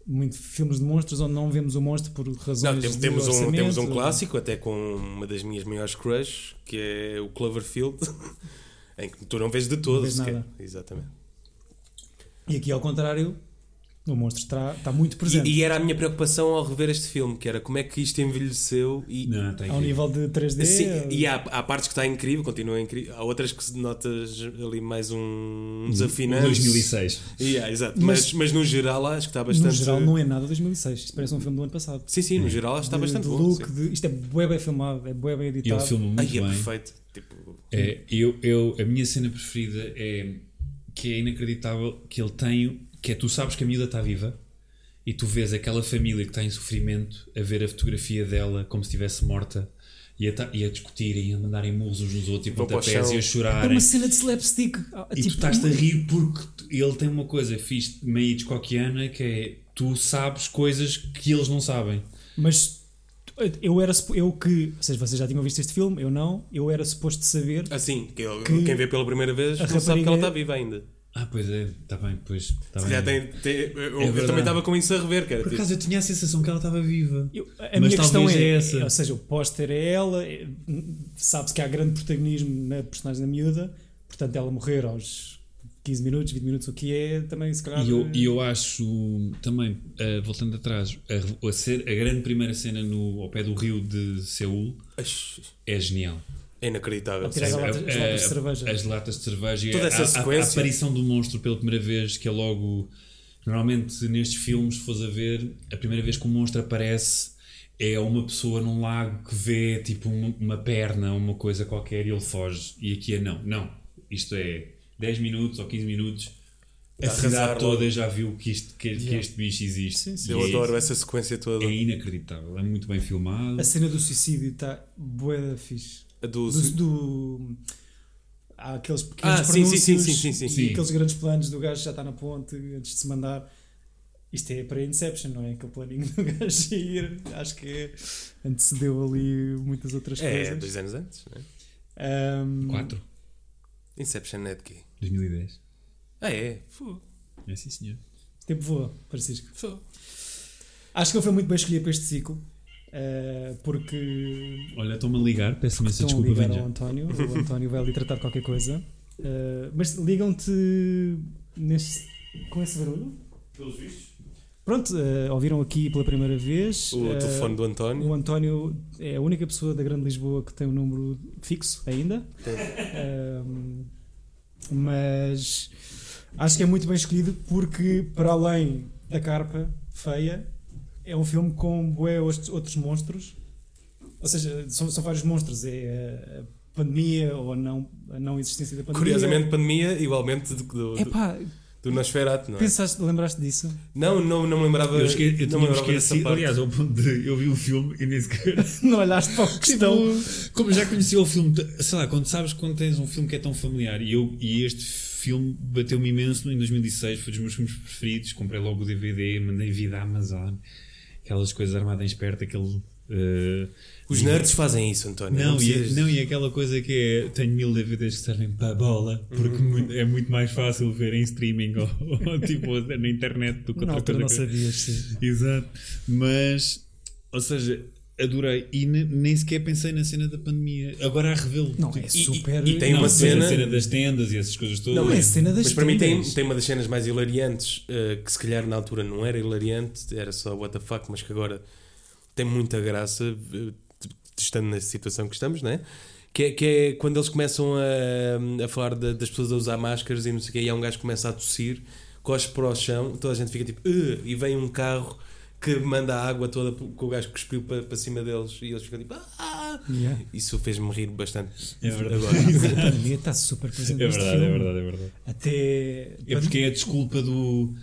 [SPEAKER 1] Muitos filmes de monstros onde não vemos o monstro por razões
[SPEAKER 2] Não, temos,
[SPEAKER 1] de
[SPEAKER 2] temos, um, temos um
[SPEAKER 1] orçamento.
[SPEAKER 2] clássico, até com uma das minhas maiores crush, que é o Cloverfield, em que tu não vês de todo.
[SPEAKER 1] vês
[SPEAKER 2] sequer.
[SPEAKER 1] nada.
[SPEAKER 2] Exatamente.
[SPEAKER 1] E aqui, ao contrário, o monstro está, está muito presente.
[SPEAKER 2] E, e era a minha preocupação ao rever este filme, que era como é que isto envelheceu e.
[SPEAKER 3] Não, está
[SPEAKER 1] Ao
[SPEAKER 3] incrível.
[SPEAKER 1] um nível de 3D.
[SPEAKER 2] Sim,
[SPEAKER 1] ou-
[SPEAKER 2] e há, há partes que está incrível, continua incrível. Há outras que se notas ali mais um desafinante.
[SPEAKER 3] 2006.
[SPEAKER 2] Yeah, exato.
[SPEAKER 1] Mas-
[SPEAKER 2] Mas, mas, no geral acho que está bastante.
[SPEAKER 1] No geral não é nada 2006, isto parece um filme do ano passado.
[SPEAKER 2] Sim, sim, no geral acho que está
[SPEAKER 1] De-
[SPEAKER 2] bastante
[SPEAKER 1] de
[SPEAKER 2] bom.
[SPEAKER 1] look,
[SPEAKER 2] sim.
[SPEAKER 1] de- isto é bué bem filmado, é bué bem
[SPEAKER 3] Ele
[SPEAKER 1] editado.
[SPEAKER 3] filma um muito
[SPEAKER 2] Ai, é
[SPEAKER 3] bem.
[SPEAKER 2] perfeito. Tipo,
[SPEAKER 3] É, eu, eu, a minha cena preferida é que é inacreditável que ele tem, que é tu sabes que a miúda está viva e tu vês aquela família que está em sofrimento a ver a fotografia dela como se estivesse morta e a, ta- e a discutirem, a mandarem murros uns nos outros e
[SPEAKER 2] Vão para o
[SPEAKER 3] pontapés
[SPEAKER 2] chão.
[SPEAKER 3] e a
[SPEAKER 1] É
[SPEAKER 3] chorarem.
[SPEAKER 1] uma cena de slapstick. ah,
[SPEAKER 3] E tu
[SPEAKER 1] tipo,
[SPEAKER 3] estás-te a rir porque tu- ele tem uma coisa fixe, meio Hitchcockiana, que é tu sabes coisas que eles não sabem.
[SPEAKER 1] Mas eu era supo- eu que, ou seja, vocês já tinham visto este filme, eu não, eu era suposto saber
[SPEAKER 2] assim, que, ele-
[SPEAKER 1] Que
[SPEAKER 2] quem vê pela primeira vez
[SPEAKER 1] a
[SPEAKER 2] não sabe que
[SPEAKER 1] rapariga-
[SPEAKER 2] ela está viva ainda.
[SPEAKER 3] Ah, pois é, está bem, pois. Tá
[SPEAKER 2] Se
[SPEAKER 3] bem.
[SPEAKER 2] calhar tem- tem- eu, eu
[SPEAKER 3] verdade.
[SPEAKER 2] também estava com isso a rever, cara.
[SPEAKER 3] Por
[SPEAKER 2] tipo,
[SPEAKER 3] acaso eu tinha a sensação que ela estava viva.
[SPEAKER 1] Eu- a
[SPEAKER 3] Mas
[SPEAKER 1] minha questão
[SPEAKER 3] talvez
[SPEAKER 1] é,
[SPEAKER 3] é essa.
[SPEAKER 1] ou seja, o póster é ela, é- sabe-se que há grande protagonismo na personagem da miúda, portanto ela morrer aos 15 minutos, 20 minutos, o que é também se calhar.
[SPEAKER 3] E eu, e eu acho também, ah, voltando atrás, a, a ser- a grande primeira cena no, ao pé do rio de Seul
[SPEAKER 2] "Ai,
[SPEAKER 3] é genial.
[SPEAKER 2] É inacreditável.
[SPEAKER 1] Tirar
[SPEAKER 2] sim.
[SPEAKER 1] as latas- as latas de
[SPEAKER 3] Ah,
[SPEAKER 1] cerveja.
[SPEAKER 3] As latas de cerveja e
[SPEAKER 2] Toda
[SPEAKER 3] a-
[SPEAKER 2] essa
[SPEAKER 3] a- a- A,
[SPEAKER 2] sequência.
[SPEAKER 3] aparição do monstro pela primeira vez, que é logo. Normalmente nestes filmes, se fores a ver, a primeira vez que o monstro aparece é uma pessoa num lago que vê tipo uma, uma perna, uma coisa qualquer e ele foge. E aqui é não, não. Isto é 10 minutos ou 15 minutos. A
[SPEAKER 2] Arrasar
[SPEAKER 3] cidade
[SPEAKER 2] logo.
[SPEAKER 3] toda já viu que, isto, que, que este bicho existe.
[SPEAKER 1] Sim, sim.
[SPEAKER 3] E
[SPEAKER 2] Eu
[SPEAKER 3] é,
[SPEAKER 2] adoro essa sequência toda.
[SPEAKER 3] É inacreditável, é muito bem filmado.
[SPEAKER 1] A cena do suicídio está bué da fixe.
[SPEAKER 2] A do-
[SPEAKER 1] Do, do- Há aqueles pequenos
[SPEAKER 2] Ah, sim,
[SPEAKER 1] pronúncios
[SPEAKER 2] sim, sim, sim, sim,
[SPEAKER 1] e
[SPEAKER 3] sim.
[SPEAKER 1] aqueles grandes planos do gajo já está na ponte antes de se mandar. Isto é para Inception, não é? Aquele planinho do gajo a ir. Acho que é- antecedeu ali muitas outras
[SPEAKER 2] É,
[SPEAKER 1] coisas.
[SPEAKER 2] dois anos antes, né?
[SPEAKER 1] Ahm,
[SPEAKER 3] 4,
[SPEAKER 2] Inception é de quê?
[SPEAKER 3] 2010.
[SPEAKER 2] Ah, é? Fu,
[SPEAKER 3] É sim, senhor.
[SPEAKER 1] o tempo voa, Francisco.
[SPEAKER 2] fu.
[SPEAKER 1] Acho que ele foi muito bem escolhido para este ciclo. ah, porque
[SPEAKER 3] Olha, estão-me a ligar, peço imensa
[SPEAKER 1] Estão a
[SPEAKER 3] desculpa,
[SPEAKER 1] ligar
[SPEAKER 3] Benja.
[SPEAKER 1] Então ao António, o António vai ali tratar de qualquer coisa. Uh, mas ligam-te neste- com esse barulho?
[SPEAKER 4] Pelos vistos.
[SPEAKER 1] Pronto, uh, ouviram aqui pela primeira vez.
[SPEAKER 2] O
[SPEAKER 1] Uh,
[SPEAKER 2] telefone do António.
[SPEAKER 1] O António é a única pessoa da Grande Lisboa que tem um número fixo ainda. Um, mas acho que é muito bem escolhido porque, para além A Carpa Feia é um filme com bué outros, outros monstros. Ou seja, são, são vários monstros. É a pandemia ou a não, a não existência da pandemia. É
[SPEAKER 2] Curiosamente, pandemia, igualmente do, do, do,
[SPEAKER 1] Epá,
[SPEAKER 2] do Nosferatu, não é?
[SPEAKER 1] pensaste, lembraste disso?
[SPEAKER 2] Não, não, não me lembrava.
[SPEAKER 3] Eu, esque, eu
[SPEAKER 2] não
[SPEAKER 3] tinha
[SPEAKER 2] me
[SPEAKER 3] me
[SPEAKER 2] lembrava dessa
[SPEAKER 3] esquecido,
[SPEAKER 2] parte.
[SPEAKER 3] aliás, ao ponto de eu vi o filme e nem sequer.
[SPEAKER 1] Não olhaste para a questão.
[SPEAKER 3] Tipo, como já conheci o filme, de- sei lá, quando sabes quando tens um filme que é tão familiar e, eu, e este filme bateu-me imenso em 2016, foi dos meus filmes preferidos, comprei logo o DVD, mandei vir da Amazon, aquelas coisas armadas em esperto, aquele... eh,
[SPEAKER 2] Os nerds fazem isso, António.
[SPEAKER 3] não,
[SPEAKER 2] precisas-
[SPEAKER 3] e, não, e aquela coisa que é tenho mil DVDs que servem para a bola, porque
[SPEAKER 1] Uhum.
[SPEAKER 3] muito- é muito mais fácil ver em streaming ou, ou tipo na internet do que
[SPEAKER 1] Na
[SPEAKER 3] outra
[SPEAKER 1] altura
[SPEAKER 3] coisa.
[SPEAKER 1] não
[SPEAKER 3] que-
[SPEAKER 1] sabias. sim.
[SPEAKER 3] Exato. Mas, ou seja, adorei. E ne- nem sequer pensei na cena da pandemia. Agora a revê-lo.
[SPEAKER 1] Não,
[SPEAKER 3] Tipo,
[SPEAKER 1] é
[SPEAKER 3] e-
[SPEAKER 1] super.
[SPEAKER 2] e tem
[SPEAKER 3] não,
[SPEAKER 2] uma
[SPEAKER 3] depois
[SPEAKER 2] cena-
[SPEAKER 3] A cena das tendas e essas coisas todas.
[SPEAKER 2] Não,
[SPEAKER 1] Não, é a cena das
[SPEAKER 2] Mas para mim tem,
[SPEAKER 1] tendas.
[SPEAKER 2] tem uma das cenas mais hilariantes, eh, que se calhar na altura não era hilariante, era só what the fuck, mas que agora tem muita graça, eh, t- estando na situação que estamos, né? Que é, que é quando eles começam a, a falar da- das pessoas a usar máscaras e não sei o quê, e há um gajo que começa a tossir, cospe para o chão, toda a gente fica tipo, "Ugh", e vem um carro que manda a água toda que o gajo cuspiu para, para cima deles e eles ficam tipo, "Ah!"
[SPEAKER 1] Yeah.
[SPEAKER 2] Isso fez-me rir bastante.
[SPEAKER 3] É verdade.
[SPEAKER 2] Agora.
[SPEAKER 1] A pandemia está super
[SPEAKER 3] É
[SPEAKER 1] presente neste
[SPEAKER 3] verdade,
[SPEAKER 1] filme.
[SPEAKER 3] é verdade, é verdade.
[SPEAKER 1] Até.
[SPEAKER 3] É porque é a desculpa do.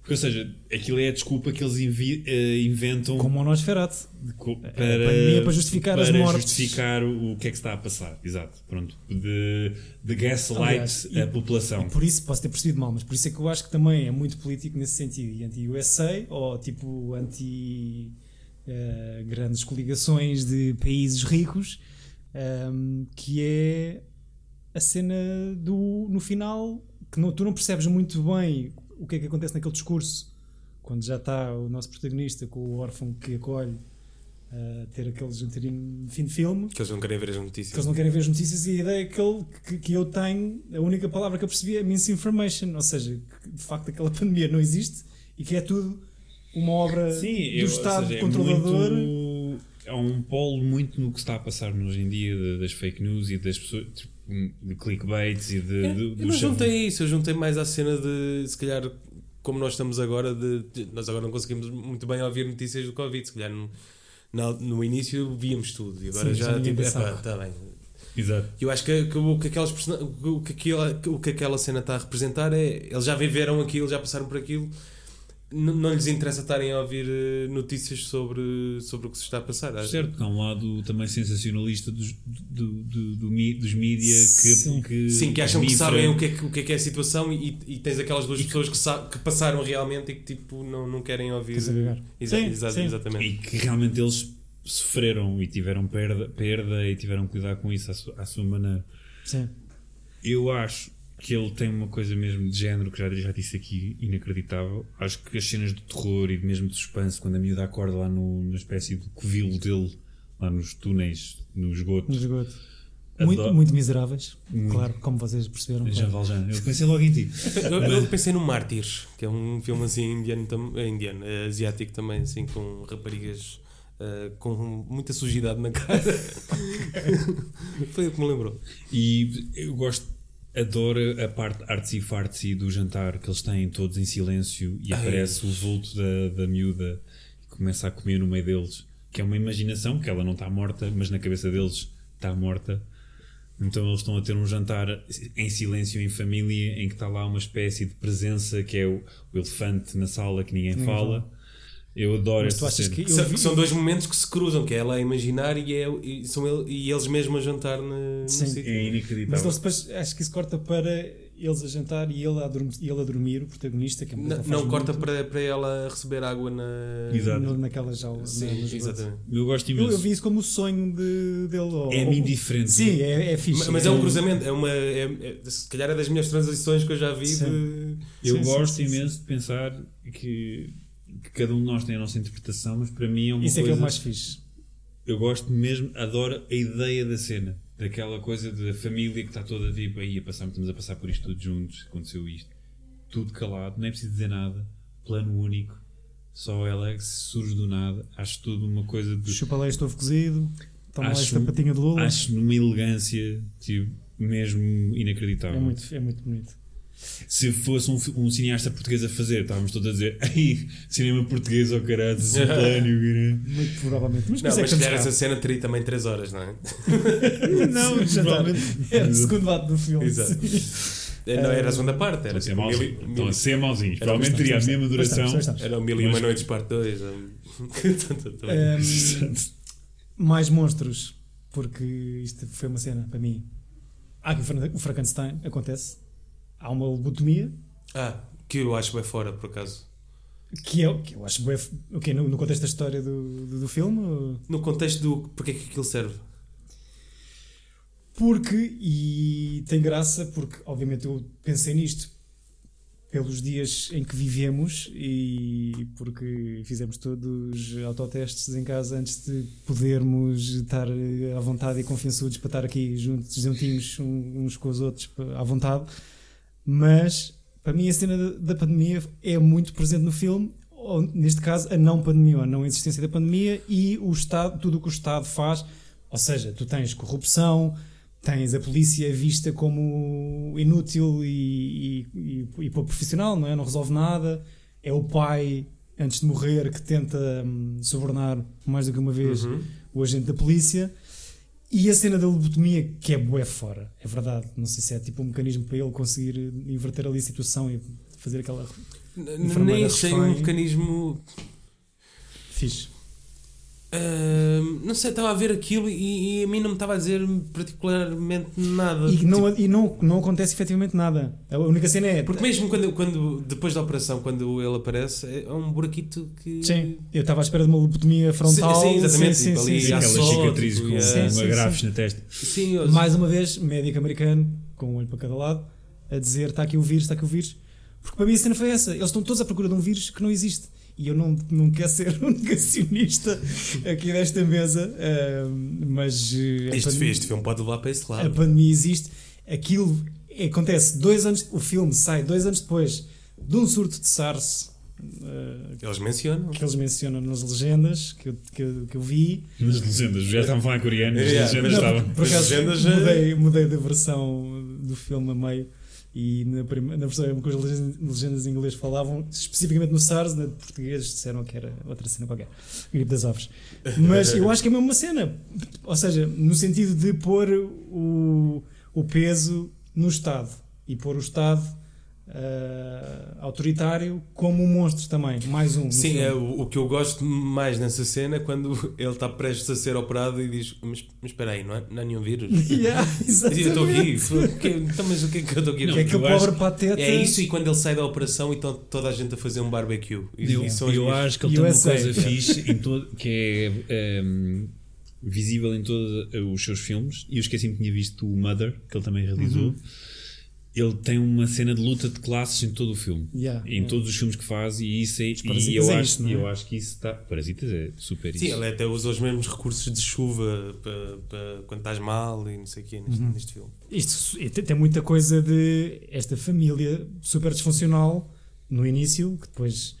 [SPEAKER 3] Porque, ou seja, aquilo é a desculpa que eles invi- eh, inventam
[SPEAKER 1] Como o Nosferatu.
[SPEAKER 3] de co- para,
[SPEAKER 1] pandemia, para justificar as
[SPEAKER 3] para
[SPEAKER 1] mortes.
[SPEAKER 3] justificar o, o que é que se está a passar. Exato, pronto. De, de gaslight
[SPEAKER 1] Aliás, e-
[SPEAKER 3] a população.
[SPEAKER 1] Por isso, posso ter percebido mal, mas por isso é que eu acho que também é muito político nesse sentido. E anti-USA, ou tipo anti eh, grandes coligações de países ricos, ehm, que é a cena do no final que não- tu não percebes muito bem o que é que acontece naquele discurso quando já está o nosso protagonista com o órfão que acolhe a ter aquele jantarinho de fim de filme
[SPEAKER 2] Que eles não querem ver as
[SPEAKER 1] que
[SPEAKER 2] notícias.
[SPEAKER 1] eles não querem ver as notícias e a ideia é que, ele- que- que eu tenho, a única palavra que eu percebi é misinformation, ou seja, que de facto aquela pandemia não existe e que é tudo uma obra do
[SPEAKER 3] eu- ou
[SPEAKER 1] Estado
[SPEAKER 3] seja, é
[SPEAKER 1] controlador.
[SPEAKER 3] muito- É um polo muito no que está a passar hoje em dia de- das fake news e das pessoas. tipo, de clickbaits e de.
[SPEAKER 1] É,
[SPEAKER 2] Eu,
[SPEAKER 3] do-
[SPEAKER 2] eu
[SPEAKER 3] do
[SPEAKER 2] não
[SPEAKER 3] chavão.
[SPEAKER 2] juntei isso, eu juntei mais à cena de, se calhar, como nós estamos agora, de, de- nós agora não conseguimos muito bem ouvir notícias do Covid, se calhar no, na- no início víamos tudo e agora
[SPEAKER 1] Sim, já
[SPEAKER 2] já,
[SPEAKER 1] ninguém
[SPEAKER 2] tipo,
[SPEAKER 1] pensava.
[SPEAKER 2] epá, tá bem.
[SPEAKER 3] Exato.
[SPEAKER 2] Eu acho que, que o, que, aquelas, persona- o, que aquela, que- o que aquela cena está a representar é, eles já viveram aquilo, já passaram por aquilo, n- não lhes interessa estarem a ouvir eh, notícias sobre, sobre o que se está a passar. acho.
[SPEAKER 3] Certo, que há um lado também sensacionalista dos, do, do- do mi- dos mídia que,
[SPEAKER 1] Sim.
[SPEAKER 3] que.
[SPEAKER 2] Sim, que acham que
[SPEAKER 3] mifra.
[SPEAKER 2] sabem o que, é, que- o que é que é a situação e, e tens aquelas duas pessoas que, sa- que passaram realmente e que tipo não, não querem ouvir.
[SPEAKER 1] Quer saber.
[SPEAKER 2] Exa-
[SPEAKER 1] Sim,
[SPEAKER 2] exa-
[SPEAKER 1] sim.
[SPEAKER 2] Exatamente.
[SPEAKER 3] E que realmente eles sofreram e tiveram perda, perda e tiveram que lidar com isso à su- à sua maneira.
[SPEAKER 1] Sim.
[SPEAKER 3] Eu acho que ele tem uma coisa mesmo de género que já, já disse aqui, inacreditável. Acho que as cenas de terror e mesmo de suspense, quando a miúda acorda lá no, na espécie de covil dele, lá nos túneis, no esgoto,
[SPEAKER 1] No esgoto.
[SPEAKER 3] Adoro-
[SPEAKER 1] Muito, muito miseráveis,
[SPEAKER 3] Muito.
[SPEAKER 1] claro, como vocês perceberam.
[SPEAKER 3] em Jean
[SPEAKER 1] claro.
[SPEAKER 3] Valjean. Eu pensei logo em ti.
[SPEAKER 2] Eu, eu pensei no Mártires, que é um filme assim indiano, tam- eh, indiano eh, asiático também, assim, com raparigas eh, com muita sujidade na cara. Foi o que me lembrou.
[SPEAKER 3] E eu gosto, adoro a parte artes e farts e do jantar que eles têm todos em silêncio e
[SPEAKER 2] Ai.
[SPEAKER 3] aparece o vulto da, da miúda e começa a comer no meio deles. Que é uma imaginação, que ela não está morta, mas na cabeça deles está morta. Então eles estão a ter um jantar em silêncio, em família, em que está lá uma espécie de presença que é o, o elefante na sala que ninguém fala. Eu adoro
[SPEAKER 1] Mas
[SPEAKER 3] essa
[SPEAKER 1] tu achas
[SPEAKER 3] cena.
[SPEAKER 1] que
[SPEAKER 2] Sa-
[SPEAKER 1] eu vi,
[SPEAKER 2] que são dois momentos que se cruzam, que é ela a imaginar e, é, e, são ele- e eles mesmos a jantar na, no
[SPEAKER 1] Sim.
[SPEAKER 2] sítio.
[SPEAKER 3] É
[SPEAKER 1] mas
[SPEAKER 3] inacreditável.
[SPEAKER 1] eles depois acho que isso corta para eles a jantar e ele a dormir, ele a dormir o protagonista, que é uma
[SPEAKER 2] Não,
[SPEAKER 1] coisa que
[SPEAKER 2] não
[SPEAKER 1] faz
[SPEAKER 2] corta
[SPEAKER 1] muito
[SPEAKER 2] para, para ela receber água na.
[SPEAKER 3] Exato.
[SPEAKER 1] no- naquela jaula. né, no
[SPEAKER 2] Sim,
[SPEAKER 1] esgoto.
[SPEAKER 2] exatamente.
[SPEAKER 3] Eu gosto
[SPEAKER 1] Eu,
[SPEAKER 3] imenso.
[SPEAKER 1] eu vi isso como o sonho de, dele. ou-
[SPEAKER 3] É-me indiferente.
[SPEAKER 1] Sim, é, é
[SPEAKER 2] Ma-
[SPEAKER 1] fixe.
[SPEAKER 2] Mas é um cruzamento, é uma. É, é- se calhar é das melhores transições que eu já vi.
[SPEAKER 1] Sim.
[SPEAKER 2] de-
[SPEAKER 3] Eu
[SPEAKER 1] Sim, sim,
[SPEAKER 3] gosto
[SPEAKER 1] sim,
[SPEAKER 3] imenso de pensar que, que cada um de nós tem a nossa interpretação, mas para mim é uma
[SPEAKER 1] Isso é que
[SPEAKER 3] coisa.
[SPEAKER 1] é o mais fixe.
[SPEAKER 3] Eu gosto mesmo, adoro a ideia da cena, daquela coisa da família que está toda tipo aí a passar, estamos a passar por isto todos juntos, aconteceu isto, tudo calado, nem é preciso dizer nada, plano único, só ela é que surge do nada, acho tudo uma coisa de
[SPEAKER 1] Chupa lá este ovo cozido, toma lá
[SPEAKER 3] Acho-
[SPEAKER 1] esta patinha de lula.
[SPEAKER 3] acho numa elegância tipo, mesmo
[SPEAKER 1] É
[SPEAKER 3] inacreditável.
[SPEAKER 1] muito, é muito bonito.
[SPEAKER 3] Se fosse um, fi- um cineasta português a fazer, estávamos todos a dizer Ei, cinema português ao caralho, simultâneo. caralho."
[SPEAKER 1] Muito provavelmente. Mas,
[SPEAKER 2] Não,
[SPEAKER 1] mas é
[SPEAKER 2] mas
[SPEAKER 1] que
[SPEAKER 2] se
[SPEAKER 1] estamos
[SPEAKER 2] calhar essa
[SPEAKER 1] cá.
[SPEAKER 2] cena teria também 3 horas, não é?
[SPEAKER 3] Não,
[SPEAKER 1] Já está.
[SPEAKER 3] provavelmente.
[SPEAKER 1] Era o segundo ato do filme.
[SPEAKER 2] Exato.
[SPEAKER 1] sim.
[SPEAKER 2] É, Não,
[SPEAKER 1] Ah,
[SPEAKER 2] era a segunda parte,
[SPEAKER 3] Estão
[SPEAKER 2] era
[SPEAKER 3] a ser
[SPEAKER 2] tipo
[SPEAKER 3] maus-
[SPEAKER 2] mil, e-
[SPEAKER 1] então
[SPEAKER 2] mil-
[SPEAKER 1] assim,
[SPEAKER 3] Estão a ser mauzinhos.
[SPEAKER 2] Era o que
[SPEAKER 3] Provavelmente teria a mesma
[SPEAKER 1] Pois
[SPEAKER 3] duração.
[SPEAKER 1] estamos, pois estamos.
[SPEAKER 2] era o Mil e Uma
[SPEAKER 3] Mas-
[SPEAKER 2] Noites, parte 2.
[SPEAKER 1] Ahm, Ehm, mais monstros, porque isto foi uma cena para mim. Há aqui o Fran- o Frankenstein, acontece. Há uma lobotomia,
[SPEAKER 2] ah, que eu acho bem fora, por acaso.
[SPEAKER 1] que eu, que eu acho bué f- o quê? no, no contexto da história do, do, do filme. ou-
[SPEAKER 2] No contexto do porque é que aquilo serve.
[SPEAKER 1] Porque, e tem graça, porque obviamente eu pensei nisto pelos dias em que vivemos e porque fizemos todos autotestes em casa antes de podermos estar eh, à vontade e confiançudos para estar aqui juntos, juntinhos um- uns com os outros pa- à vontade. Mas para mim a cena da- da pandemia é muito presente no filme, ou, neste caso a não pandemia, ou a não existência da pandemia e o Estado, tudo o que o Estado faz, ou seja, tu tens corrupção, tens a polícia vista como inútil e, e, e, e pouco profissional, não é? Não resolve nada. É o pai, antes de morrer, que tenta hum, subornar mais do que uma vez
[SPEAKER 2] Uhum.
[SPEAKER 1] o agente da polícia. E a cena da lobotomia, que é bué fora, é verdade. Não sei se é tipo um mecanismo para ele conseguir inverter ali a situação e fazer aquela.
[SPEAKER 2] N-
[SPEAKER 1] Enfermeira
[SPEAKER 2] Nem achei um
[SPEAKER 1] refém.
[SPEAKER 2] mecanismo.
[SPEAKER 1] Fixe.
[SPEAKER 2] ahm, não sei, estava a ver aquilo e, e a mim não me estava a dizer particularmente nada.
[SPEAKER 1] E, não, e não, não acontece efetivamente nada. A única cena é.
[SPEAKER 2] Porque mesmo quando, quando depois da operação, quando ele aparece, é um buraquito que.
[SPEAKER 1] Sim, eu estava à espera de uma lobotomia frontal.
[SPEAKER 2] Sim, sim, exatamente,
[SPEAKER 1] Sim,
[SPEAKER 2] tipo
[SPEAKER 1] sim,
[SPEAKER 2] ali
[SPEAKER 1] sim,
[SPEAKER 2] E há
[SPEAKER 3] Aquelas
[SPEAKER 2] só,
[SPEAKER 3] cicatrizes
[SPEAKER 2] tipo,
[SPEAKER 3] com
[SPEAKER 2] yeah.
[SPEAKER 1] Sim, sim,
[SPEAKER 3] agrafes na testa.
[SPEAKER 2] Sim, eu-
[SPEAKER 1] Mais uma vez, médico americano, com um olho para cada lado, a dizer está aqui o vírus, está aqui o vírus. Porque para mim a cena foi essa. Eles estão todos à procura de um vírus que não existe. E eu não, não quero ser um negacionista aqui desta mesa, ah, mas. eh, a
[SPEAKER 2] Este,
[SPEAKER 1] pandem-
[SPEAKER 2] filme- este filme pode levar para esse
[SPEAKER 1] a
[SPEAKER 2] lado.
[SPEAKER 1] pandemia existe. Aquilo acontece dois anos. O filme sai dois anos depois de um surto de SARS. ah,
[SPEAKER 2] Eles mencionam.
[SPEAKER 1] que eles mencionam nas legendas que eu, que eu- que eu vi.
[SPEAKER 3] Nas legendas, já estavam a falar coreano, as
[SPEAKER 2] Yeah,
[SPEAKER 3] legendas
[SPEAKER 2] mas-
[SPEAKER 3] estavam.
[SPEAKER 1] Por
[SPEAKER 2] Nas
[SPEAKER 1] acaso,
[SPEAKER 2] legendas, eh,
[SPEAKER 1] mudei, mudei da versão do filme a meio e na, prime- na versão em que as legendas- legendas em inglês falavam, especificamente no SARS, na de português disseram que era outra cena qualquer, gripe das aves. Mas eu acho que é mesmo uma cena, ou seja, no sentido de pôr o, o peso no Estado e pôr o Estado ah, autoritário como um monstro também, mais um. no
[SPEAKER 2] Sim,
[SPEAKER 1] filme.
[SPEAKER 2] é, o, o que eu gosto mais nessa cena é quando ele está prestes a ser operado e diz: Mas, mas espera aí, não há, não há nenhum vírus?
[SPEAKER 1] Yeah,
[SPEAKER 2] E eu estou aqui.
[SPEAKER 1] exatamente.
[SPEAKER 2] o quê? Então, mas o que é que eu estou aqui a
[SPEAKER 3] Não,
[SPEAKER 1] Que é
[SPEAKER 2] fazer?
[SPEAKER 1] aquele
[SPEAKER 3] eu acho-
[SPEAKER 1] pobre pateta.
[SPEAKER 2] É isso, e quando ele sai da operação e estão toda a gente a fazer um barbecue. E,
[SPEAKER 3] Eu,
[SPEAKER 2] e são as
[SPEAKER 3] eu
[SPEAKER 2] minhas-
[SPEAKER 3] acho que ele tem uma
[SPEAKER 1] USA,
[SPEAKER 3] coisa
[SPEAKER 1] yeah.
[SPEAKER 3] fixe em todo, que é ehm, visível em todos os seus filmes. E eu esqueci-me que tinha visto o Mother, que ele também realizou. Ele tem uma cena de luta de classes em todo o filme.
[SPEAKER 1] Yeah,
[SPEAKER 3] em
[SPEAKER 1] yeah.
[SPEAKER 3] todos os filmes que faz, e isso é, e
[SPEAKER 1] Parasitas
[SPEAKER 3] eu,
[SPEAKER 1] é
[SPEAKER 3] acho,
[SPEAKER 1] isso, não é?
[SPEAKER 3] eu acho que isso está. Parasitas é super
[SPEAKER 2] Sim,
[SPEAKER 3] isso.
[SPEAKER 2] ele até usa os mesmos recursos de chuva para, para quando estás mal e não sei o quê neste, neste filme.
[SPEAKER 1] Isto su- e tem tem muita coisa de esta família super disfuncional no início, que depois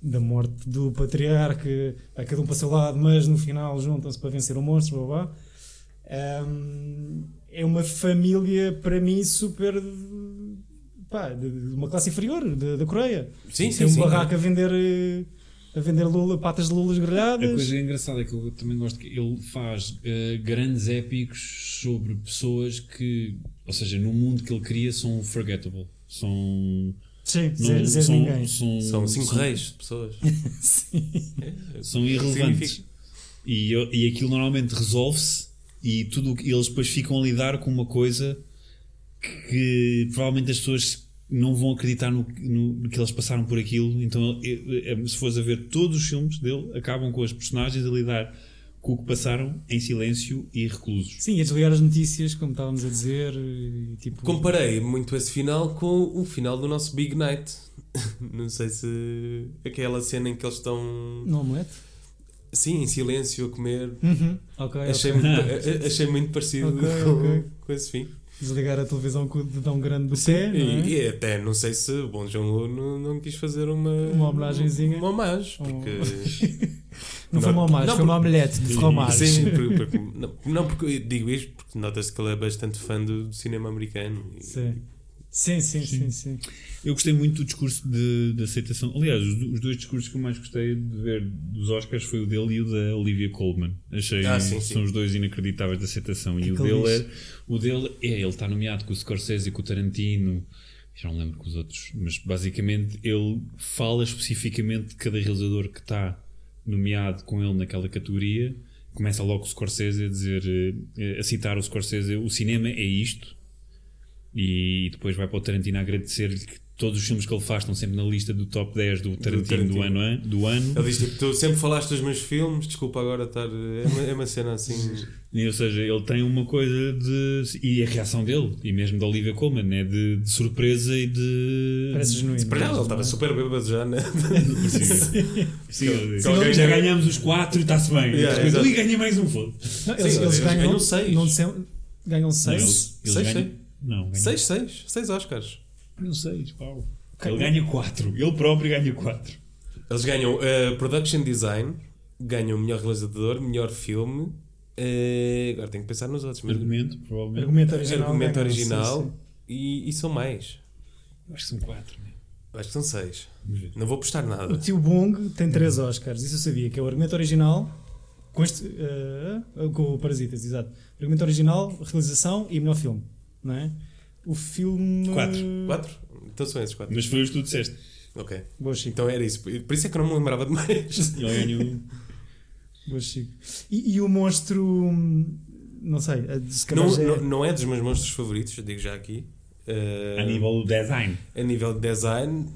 [SPEAKER 1] da morte do patriarca, vai cada um para o seu lado, mas no final juntam-se para vencer o monstro, blá, blá, blá. Ahm, é uma família, para mim, super. pá, de de uma classe inferior da da Coreia.
[SPEAKER 2] Sim, sim,
[SPEAKER 1] Tem um
[SPEAKER 2] sim.
[SPEAKER 1] barraco a vender. eh, A vender lula, patas de lulas grelhadas.
[SPEAKER 3] A coisa engraçada é que eu também gosto que ele faz eh, grandes épicos sobre pessoas que, ou seja, no mundo que ele cria são forgettable, são
[SPEAKER 1] Sim,
[SPEAKER 3] não-
[SPEAKER 1] zero, zero
[SPEAKER 3] são,
[SPEAKER 1] ninguém.
[SPEAKER 3] são-
[SPEAKER 2] São cinco
[SPEAKER 3] são-
[SPEAKER 2] reis de pessoas. É,
[SPEAKER 1] Sim.
[SPEAKER 3] são irrelevantes
[SPEAKER 2] Significa-
[SPEAKER 3] e, eu- e aquilo normalmente resolve-se e tudo o que- eles depois ficam a lidar com uma coisa que provavelmente as pessoas não vão acreditar no, no- que eles passaram por aquilo então ele- eh, eh, se fores a ver todos os filmes dele acabam com as personagens a lidar com o que passaram em silêncio e reclusos
[SPEAKER 1] Sim, a desligar as notícias, como estávamos a dizer, e, tipo.
[SPEAKER 2] Comparei muito esse final com o final do nosso Big Night. Não sei se aquela cena em que eles estão
[SPEAKER 1] Não omelete?
[SPEAKER 2] sim em silêncio a comer.
[SPEAKER 1] Uhum. Ok,
[SPEAKER 2] Achei
[SPEAKER 1] ok.
[SPEAKER 2] muito, a- a- achei muito parecido
[SPEAKER 1] Ok,
[SPEAKER 2] com,
[SPEAKER 1] ok.
[SPEAKER 2] com esse fim.
[SPEAKER 1] Desligar a televisão com o dedão grande do
[SPEAKER 2] Sim,
[SPEAKER 1] pé. não é?
[SPEAKER 2] e, e até não sei se o Bom João Lu não, não quis fazer uma,
[SPEAKER 1] Uma Um homenagenzinha.
[SPEAKER 2] Uma homagem,
[SPEAKER 1] Ou-
[SPEAKER 2] porque.
[SPEAKER 1] não, foi
[SPEAKER 2] não-
[SPEAKER 1] uma homagem,
[SPEAKER 2] não,
[SPEAKER 1] foi uma omelete de fromage.
[SPEAKER 2] Sim, porque- porque- não, não, porque eu digo isto porque nota-se que ele é bastante fã do, do cinema americano. E
[SPEAKER 1] Sim.
[SPEAKER 4] Sim, sim, sim, sim.
[SPEAKER 3] Eu gostei muito do discurso de, de aceitação. Aliás, os, do- os dois discursos que eu mais gostei de ver dos Oscars foi o dele e o da Olivia Colman. Achei
[SPEAKER 2] Ah, sim,
[SPEAKER 3] são
[SPEAKER 2] sim.
[SPEAKER 3] os dois inacreditáveis de aceitação.
[SPEAKER 1] que
[SPEAKER 3] e
[SPEAKER 1] é
[SPEAKER 3] o
[SPEAKER 1] que ele
[SPEAKER 3] dele, é, o dele é, ele está nomeado com o Scorsese e com o Tarantino. Já não lembro com os outros, mas basicamente ele fala especificamente de cada realizador que está nomeado com ele naquela categoria. Começa logo o Scorsese a dizer, eh, a citar o Scorsese, o cinema é isto, e depois vai para o Tarantino a agradecer-lhe que todos os filmes que ele faz estão sempre na lista do top 10 do Tarantino do,
[SPEAKER 2] Tarantino.
[SPEAKER 3] ano. an- Do ano.
[SPEAKER 2] Ele diz tipo, tu sempre falaste dos meus filmes, desculpa agora estar. É uma, é uma cena assim.
[SPEAKER 3] E, ou seja, ele tem uma coisa de. E a reação dele, e mesmo da Olivia Colman, é de, de surpresa e de.
[SPEAKER 4] Parece genuíno.
[SPEAKER 2] Para ele, ele estava super bêbado já, né?
[SPEAKER 3] Sim,
[SPEAKER 2] Se alguém-
[SPEAKER 3] já ganhamos os quatro e está-se bem.
[SPEAKER 2] Yeah,
[SPEAKER 3] E depois,
[SPEAKER 2] exato.
[SPEAKER 3] Ui, ganhei mais um
[SPEAKER 4] Não,
[SPEAKER 3] foda.
[SPEAKER 4] eles,
[SPEAKER 2] Sim,
[SPEAKER 4] eles
[SPEAKER 2] eles
[SPEAKER 4] ganham,
[SPEAKER 2] ganham seis.
[SPEAKER 4] Não disseram- ganham
[SPEAKER 3] Não,
[SPEAKER 4] 6.
[SPEAKER 3] eles- eles
[SPEAKER 2] Seis,
[SPEAKER 3] ganham-
[SPEAKER 2] sei.
[SPEAKER 3] Não, ganham-
[SPEAKER 2] seis, seis, seis Oscars.
[SPEAKER 3] Não, seis, pau.
[SPEAKER 4] Ganham-
[SPEAKER 3] Ele ganha quatro. Ele próprio ganha quatro.
[SPEAKER 2] Eles ganham eh, Production Design, ganham melhor realizador, melhor filme. eh, agora tenho que pensar nos outros. Mas
[SPEAKER 3] Argumento, provavelmente.
[SPEAKER 4] Argumento original.
[SPEAKER 2] argumento
[SPEAKER 4] ganham, sim,
[SPEAKER 2] original
[SPEAKER 4] sim.
[SPEAKER 2] E, e são mais.
[SPEAKER 3] Acho que são quatro, né?
[SPEAKER 2] Acho que são seis.
[SPEAKER 3] Vamos ver.
[SPEAKER 2] Não vou postar
[SPEAKER 4] O
[SPEAKER 2] nada.
[SPEAKER 4] tio Bung
[SPEAKER 2] Uhum.
[SPEAKER 4] tem três Oscars, isso eu sabia, que é o argumento original com este. eh, com o Parasitas, exato. Argumento original, realização e melhor filme, não é? O filme.
[SPEAKER 3] Quatro.
[SPEAKER 2] Quatro? Então são esses quatro.
[SPEAKER 3] Mas foi os que tu disseste.
[SPEAKER 2] Ok.
[SPEAKER 4] Boa, Chico.
[SPEAKER 2] Então era isso. Por isso é que eu não me lembrava de mais.
[SPEAKER 3] Ele ganhou. um.
[SPEAKER 4] Boa, Chico. E, e o monstro. hum, Não sei, eh, se calhar.
[SPEAKER 2] Não,
[SPEAKER 4] já é-
[SPEAKER 2] não, não é dos meus monstros favoritos, eu digo já aqui. Eh,
[SPEAKER 3] a nível do design.
[SPEAKER 2] a nível de design,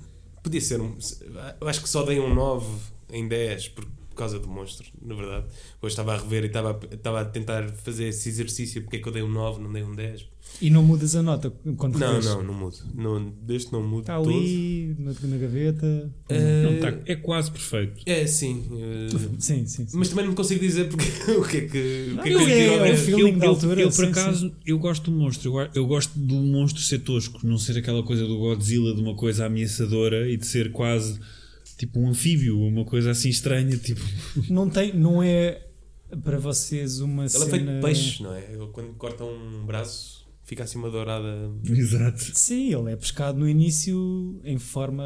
[SPEAKER 2] podia ser. um- Eu acho que só dei um 9 em 10 por por causa do monstro, na verdade. Hoje estava a rever e estava, a- estava a tentar fazer esse exercício porque é que eu dei um 9, não dei um 10.
[SPEAKER 4] E não mudas a nota quando
[SPEAKER 2] Não,
[SPEAKER 4] reves.
[SPEAKER 2] não, não mudo. Não, deste não mudo
[SPEAKER 4] Está
[SPEAKER 2] todo.
[SPEAKER 4] Tá ali, na, na gaveta.
[SPEAKER 2] Eh,
[SPEAKER 3] Não, tá, é quase perfeito.
[SPEAKER 2] É, sim. eh,
[SPEAKER 4] Sim, sim. sim.
[SPEAKER 2] mas também não consigo dizer porque o que é que. O que é
[SPEAKER 4] Não,
[SPEAKER 2] que lhe
[SPEAKER 4] é-
[SPEAKER 2] tirou a
[SPEAKER 4] é o
[SPEAKER 2] ver?
[SPEAKER 4] feeling da altura,
[SPEAKER 3] eu, por
[SPEAKER 4] sim,
[SPEAKER 3] acaso, eu gosto do monstro. Eu, go- eu gosto do monstro ser tosco, não ser aquela coisa do Godzilla, de uma coisa ameaçadora e de ser quase tipo um anfíbio, uma coisa assim estranha. Tipo,
[SPEAKER 4] Não tem. Não é para vocês uma
[SPEAKER 2] Ela
[SPEAKER 4] cena.
[SPEAKER 2] é feita de peixe, não é? Eu, quando corta um braço, fica assim uma dourada.
[SPEAKER 3] exato.
[SPEAKER 4] Sim, ele é pescado no início em forma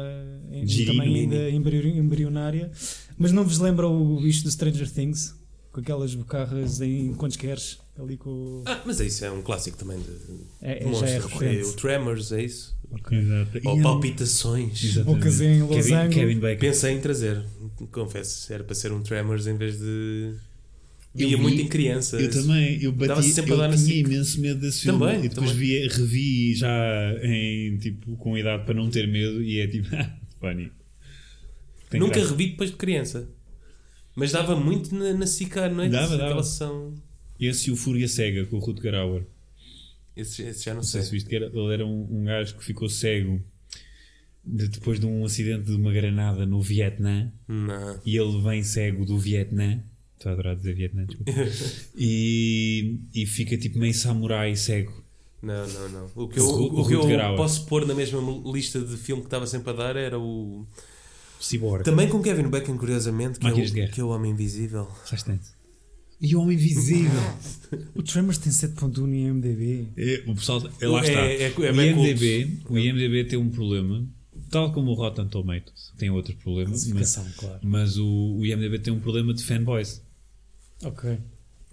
[SPEAKER 4] em,
[SPEAKER 3] Girino.
[SPEAKER 4] também ainda embrio- embrionária. Mas não vos lembra o bicho do Stranger Things? Com aquelas bocarras em quantos queres? Ali com.
[SPEAKER 2] Ah, mas é isso, é um clássico também de
[SPEAKER 4] É, é- já
[SPEAKER 2] monstros.
[SPEAKER 4] é
[SPEAKER 2] É, o
[SPEAKER 4] recorrente.
[SPEAKER 2] Tremors, é isso?
[SPEAKER 3] Exato.
[SPEAKER 2] Ou
[SPEAKER 3] E é-
[SPEAKER 2] palpitações.
[SPEAKER 3] Exatamente.
[SPEAKER 4] Bocas em
[SPEAKER 3] Kevin-
[SPEAKER 4] losango.
[SPEAKER 3] Kevin Bacon.
[SPEAKER 2] Pensei em trazer, confesso, era para ser um Tremors em vez de.
[SPEAKER 3] Eu
[SPEAKER 2] Via
[SPEAKER 3] vi-
[SPEAKER 2] muito em criança.
[SPEAKER 3] Eu também, eu bati,
[SPEAKER 2] Dava-se sempre a
[SPEAKER 3] eu
[SPEAKER 2] dar
[SPEAKER 3] tinha
[SPEAKER 2] na SIC.
[SPEAKER 3] imenso medo desse filme.
[SPEAKER 2] Também,
[SPEAKER 3] e depois
[SPEAKER 2] também.
[SPEAKER 3] Vi, revi já em, tipo, com idade para não ter medo e é tipo, funny. Tem
[SPEAKER 2] Nunca
[SPEAKER 3] graça.
[SPEAKER 2] revi depois de criança. Mas dava muito na, na SICA à noite.
[SPEAKER 3] Dava,
[SPEAKER 2] aquela
[SPEAKER 3] dava.
[SPEAKER 2] sessão.
[SPEAKER 3] Esse e o Fúria Cega com o Rutger Hauer.
[SPEAKER 2] Esse, esse já não
[SPEAKER 3] Não sei
[SPEAKER 2] sei.
[SPEAKER 3] se viste que era, ele era um, um gajo que ficou cego de- depois de um acidente de uma granada no Vietnã
[SPEAKER 2] Não.
[SPEAKER 3] e ele vem cego do Vietnã. Estou a adorar dizer Vietnã, desculpa. e, e fica tipo meio samurai cego.
[SPEAKER 2] Não, não, não. O que eu,
[SPEAKER 3] O-
[SPEAKER 2] o,
[SPEAKER 3] o
[SPEAKER 2] que eu
[SPEAKER 3] Rutger Hauer.
[SPEAKER 2] posso pôr na mesma lista de filme que estava sempre a dar era o.
[SPEAKER 3] Cyborg.
[SPEAKER 2] Também com Kevin Bacon, curiosamente, que, é
[SPEAKER 3] Máquinas de
[SPEAKER 2] o,
[SPEAKER 3] Guerra.
[SPEAKER 2] que é o Homem Invisível.
[SPEAKER 3] Bastante. E o Homem Invisível.
[SPEAKER 4] O Tremors tem 7.1 no IMDB.
[SPEAKER 3] É, o pessoal, é, lá
[SPEAKER 2] É-
[SPEAKER 3] está.
[SPEAKER 2] é- é
[SPEAKER 3] o,
[SPEAKER 2] bem
[SPEAKER 3] IMDB, o IMDB tem um problema, tal como o Rotten Tomatoes tem outro problema, mas,
[SPEAKER 4] Classificação, claro.
[SPEAKER 3] mas o, o IMDB tem um problema de fanboys.
[SPEAKER 4] Ok.